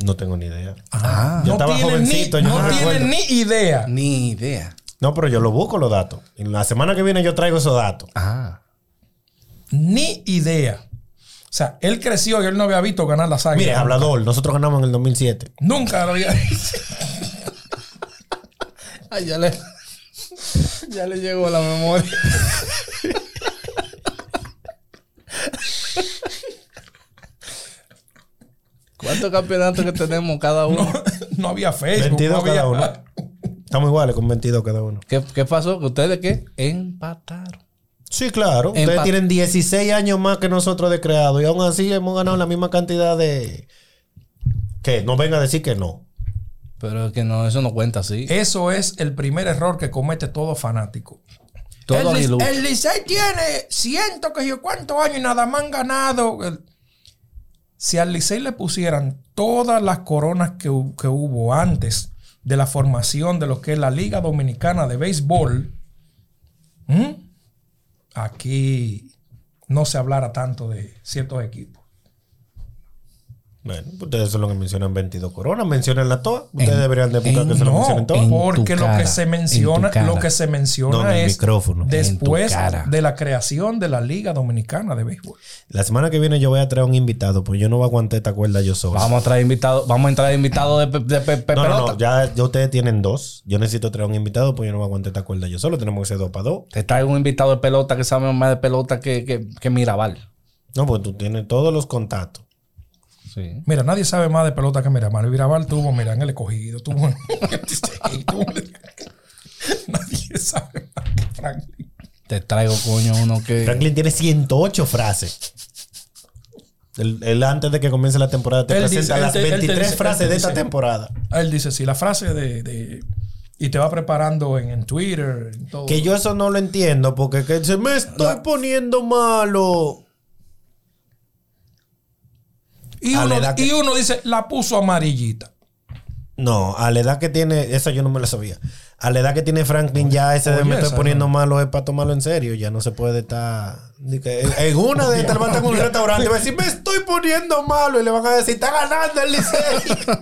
B: No tengo ni idea.
A: Ah,
B: yo
A: no
B: estaba
A: tienen, ni,
B: jovencito, yo
A: no
B: no
A: tienen ni idea.
D: Ni idea.
B: No, pero yo lo busco los datos. En la semana que viene yo traigo esos datos.
D: Ah.
A: Ni idea. O sea, él creció y él no había visto ganar las águilas.
B: Mire, hablador, nosotros ganamos en el 2007.
A: Nunca lo había (laughs)
D: Ay, ya le. Ya le llegó la memoria. ¿Cuántos campeonatos que tenemos cada uno?
A: No, no había Facebook.
B: 22
A: no había-
B: cada uno. Estamos iguales con 22 cada uno.
D: ¿Qué, qué pasó? ¿Que ustedes qué? Empataron.
B: Sí, claro. Ustedes
D: Empa-
B: tienen 16 años más que nosotros de creado y aún así hemos ganado la misma cantidad de... Que no venga a decir que no.
D: Pero es que no, eso no cuenta así.
B: Eh,
A: Eso es el primer error que comete todo fanático.
D: Todo
A: el, Lic-
D: aguilucho.
A: el Licey tiene ciento que yo cuántos años y nada más han ganado. El- Si al Licey le pusieran todas las coronas que, hu- que hubo antes de la formación de lo que es la Liga Dominicana de Béisbol, ¿m? aquí no se hablara tanto de ciertos equipos.
B: Bueno, ustedes son los que mencionan 22 coronas, mencionan la toa. Ustedes deberían de buscar que se lo
A: No,
B: mencionen todas.
A: porque
D: En tu
A: lo que
D: cara,
A: se
D: en tu
A: menciona,
D: cara.
A: lo que se menciona
B: No, en el
A: es
B: micrófono, en tu
A: después
D: cara.
A: de la creación de la Liga Dominicana de Béisbol.
B: La semana que viene yo voy a traer un invitado, pues yo no voy a aguantar esta cuerda yo solo.
D: Vamos a traer invitados. Vamos a entrar invitados de, pe- de pe- pe-
B: No, no,
D: pelota.
B: no, ya, ya ustedes tienen dos. Yo necesito traer un invitado, pues yo no voy a aguantar esta cuerda yo solo. Tenemos que ser dos para dos.
D: Te traigo un invitado de pelota que sabe más de pelota que, que, que Mirabal.
B: No, pues tú tienes todos los contactos.
D: Sí.
A: Mira, nadie sabe más de pelota que Miramar. Miramar tuvo, mira, en el escogido, tuvo en el (laughs) Licey, tuvo en el- Nadie sabe más que Franklin.
D: Te traigo, coño, uno que.
B: Franklin tiene 108 frases. Él, él antes de que comience la temporada te
A: Él
B: presenta
A: dice- él
B: las
A: te- él te
B: 23
A: dice- él
B: frases
A: te
B: de esta
A: dice.
B: temporada.
A: Ah, Él dice, sí, la frase de... de- y te va preparando en, en Twitter, en todo.
B: Que yo eso no lo entiendo porque que se me estoy poniendo malo.
A: y,
B: a la
A: uno,
B: edad que-
A: y uno dice, la puso amarillita.
B: No, a la edad que tiene, esa yo no me la sabía. A la edad que tiene Franklin, ya ese de
A: Oye,
B: me estoy
A: esa,
B: poniendo malo es para tomarlo en serio. Ya no se puede estar. ni que- En una de estas va a estar en un restaurante y va a decir, me estoy poniendo malo. Y le van a decir, está ganando
A: (laughs)
B: el Licey.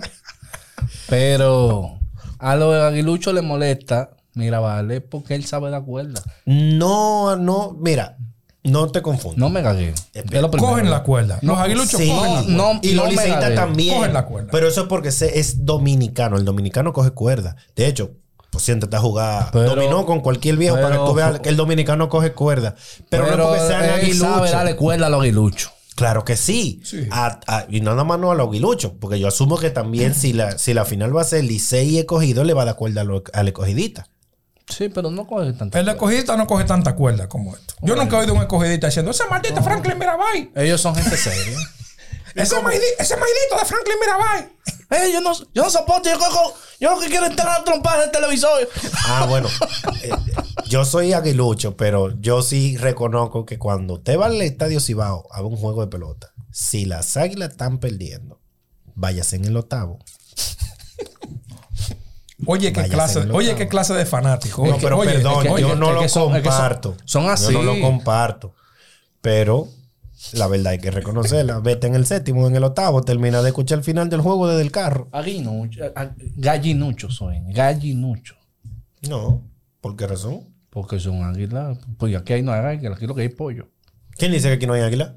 D: Pero a los aguiluchos le molesta Mirabal es porque él sabe la cuerda.
B: no, no, mira, no te confundas.
D: No me cagué. Es lo primero.
A: Cogen la cuerda. Los aguiluchos
B: Sí,
A: cogen la cuerda.
D: no,
B: y los
D: no me
B: liceístas
D: la veo.
B: también.
A: Cogen la cuerda.
B: Pero eso es porque se- es dominicano. El dominicano coge cuerda. De hecho, pues siéntate a jugar
D: Pero-
B: dominó con cualquier viejo para que
D: pero- eh,
B: tú veas que el dominicano coge cuerda. Pero, no es porque sean
D: él sabe darle
B: aguiluchos.
D: cuerda a los aguiluchos.
B: Claro que sí.
A: Sí.
B: A- a- y no nada más no a los aguiluchos. Porque yo asumo que también si la, si la final va a ser Licey y escogido, le va a dar cuerda a lo- a la escogidita.
D: Sí, pero no coge tanta.
A: El escogidista no coge tanta cuerda como esto. Yo nunca he oído un escogidista diciendo, ese maldito Franklin Mirabal.
D: Ellos son gente seria.
A: Ese, maidi- ese maldito de Franklin Mirabal.
D: (laughs) Eh, yo no, yo no soporto, yo cojo, yo lo que quiero es entrar a trompar el televisor.
B: Ah, bueno. eh, yo soy aguilucho, pero yo sí reconozco que cuando usted va al estadio Cibao a ver un juego de pelota, si las águilas están perdiendo, váyase en el octavo.
A: Oye, qué
B: Vaya,
A: clase,
B: señor
A: oye,
B: Lozano.
A: qué clase de fanático.
B: No,
A: Oye,
B: pero
A: oye,
B: perdón,
A: es que-
B: yo
A: oye,
B: no
D: es
B: lo
D: que son- es que son-
B: comparto.
D: son así.
B: Yo no lo comparto. Pero la verdad hay que reconocerla. Vete en el séptimo, en el octavo, termina de escuchar el final del juego desde el carro.
D: Aguinucho, a- a- gallinucho son, gallinucho.
B: No, ¿por qué razón?
D: Porque son águilas. Pues aquí hay no hay águila, aquí lo que hay es pollo. (laughs)
B: ¿Quién dice que aquí no hay águila?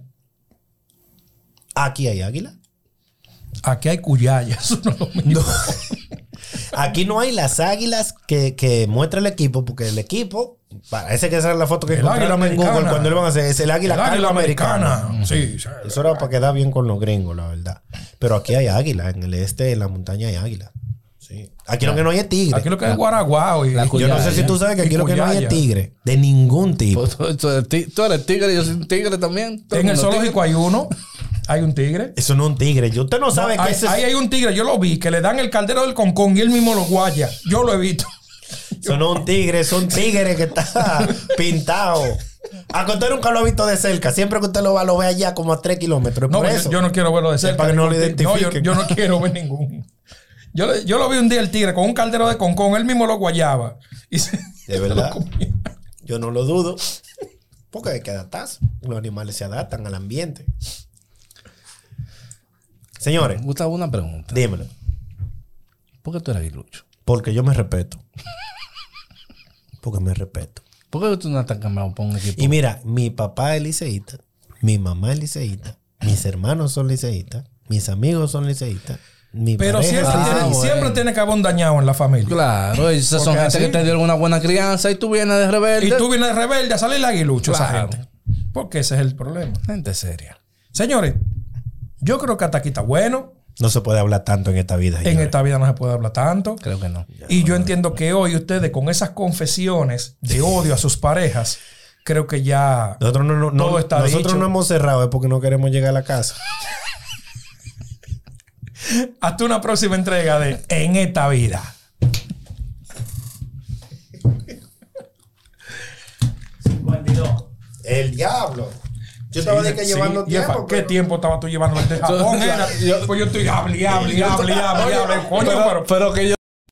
B: Aquí hay águila.
A: Aquí hay cuyaya. (laughs) Eso no es lo mismo.
B: Aquí no hay las águilas que, que muestra el equipo, porque el equipo, parece que esa es la foto que
A: El
B: encontraron
A: águila
B: en Google
A: americana.
B: cuando lo van a hacer, es el águila,
A: El águila
B: calva americana.
A: americana. Sí, sí.
B: Eso era para quedar bien con los gringos, la verdad. Pero aquí hay águila, en el este de la montaña hay águila. Sí. Aquí lo que no hay es tigre.
A: Aquí lo que hay es guaraguao. Y,
D: La
B: Yo
D: cuya-
B: no sé
D: Cuyaya.
B: si tú sabes que aquí
A: Y
B: lo que no hay
A: cuyaya.
B: es tigre, de ningún tipo.
D: Pues tú, tú eres ti- tú eres tigre, yo soy un tigre también. Todo
A: en el
D: mundo
A: zoológico hay uno. Hay un tigre.
B: Eso no es un tigre. Yo- Usted no sabe que
A: Ahí,
B: ese es-
A: ahí hay un tigre. Yo lo vi. Que le dan el caldero del concón y él mismo lo guaya. Yo lo he visto.
B: Eso no es un tigre, son tigres
A: (laughs)
B: que está pintado. A que usted nunca lo ha visto de cerca. Siempre que usted lo va, lo ve allá como a 3 kilómetros.
A: No,
B: Por
A: yo-
B: eso.
A: Yo, no quiero verlo de cerca.
B: para que no lo
A: Ningún ti- yo-
B: identifiquen.
A: yo, no quiero ver ningún. Yo, le- yo lo vi un día el tigre con un caldero de concón. Él mismo lo guayaba. Y se-
B: De verdad.
A: lo comía.
B: (laughs) Yo no lo dudo. Porque hay que adaptarse. Los animales se adaptan al ambiente. Señores,
D: tiene- Gustavo, una pregunta.
B: dímelo.
D: ¿Por qué tú eres aguilucho?
B: Porque yo me respeto. Porque me respeto.
D: ¿Por qué tú no estás cambiado por un equipo?
B: Y mira, mi papá es liceísta, mi mamá es liceísta, mis hermanos son liceístas, mis amigos son liceístas, mi
A: Pero
B: pareja
A: siempre,
B: es
A: tiene,
B: liceísta.
D: bueno.
A: siempre tiene que haber un dañado en la familia.
D: Claro, esas son
A: Porque
D: gente
A: así-
D: que te dieron una buena crianza y tú vienes de rebelde.
A: Y tú vienes rebelde a salir aguilucho esa
D: Claro.
A: gente. Porque ese es el problema.
D: Gente seria.
A: Señores, yo creo que hasta aquí está bueno.
B: No se puede hablar tanto en esta vida.
A: En
B: señores.
A: esta vida no se puede hablar tanto.
D: Creo que no.
A: Y yo entiendo que hoy ustedes con esas confesiones de odio a sus parejas, creo que ya...
B: Nosotros no, no- no-
A: Todo está
B: nosotros
A: dicho.
B: no hemos cerrado, es porque no queremos llegar a la casa.
A: Hasta una próxima entrega de En esta vida.
B: El diablo. Yo estaba de que
A: Sí,
B: llevando
A: jefa,
B: tiempo.
A: ¿Qué
B: pero-
A: tiempo estabas tú llevando desde Japón? era? pues yo estoy hable, hable, hable, hable, hable, coño, pero-
D: pero que yo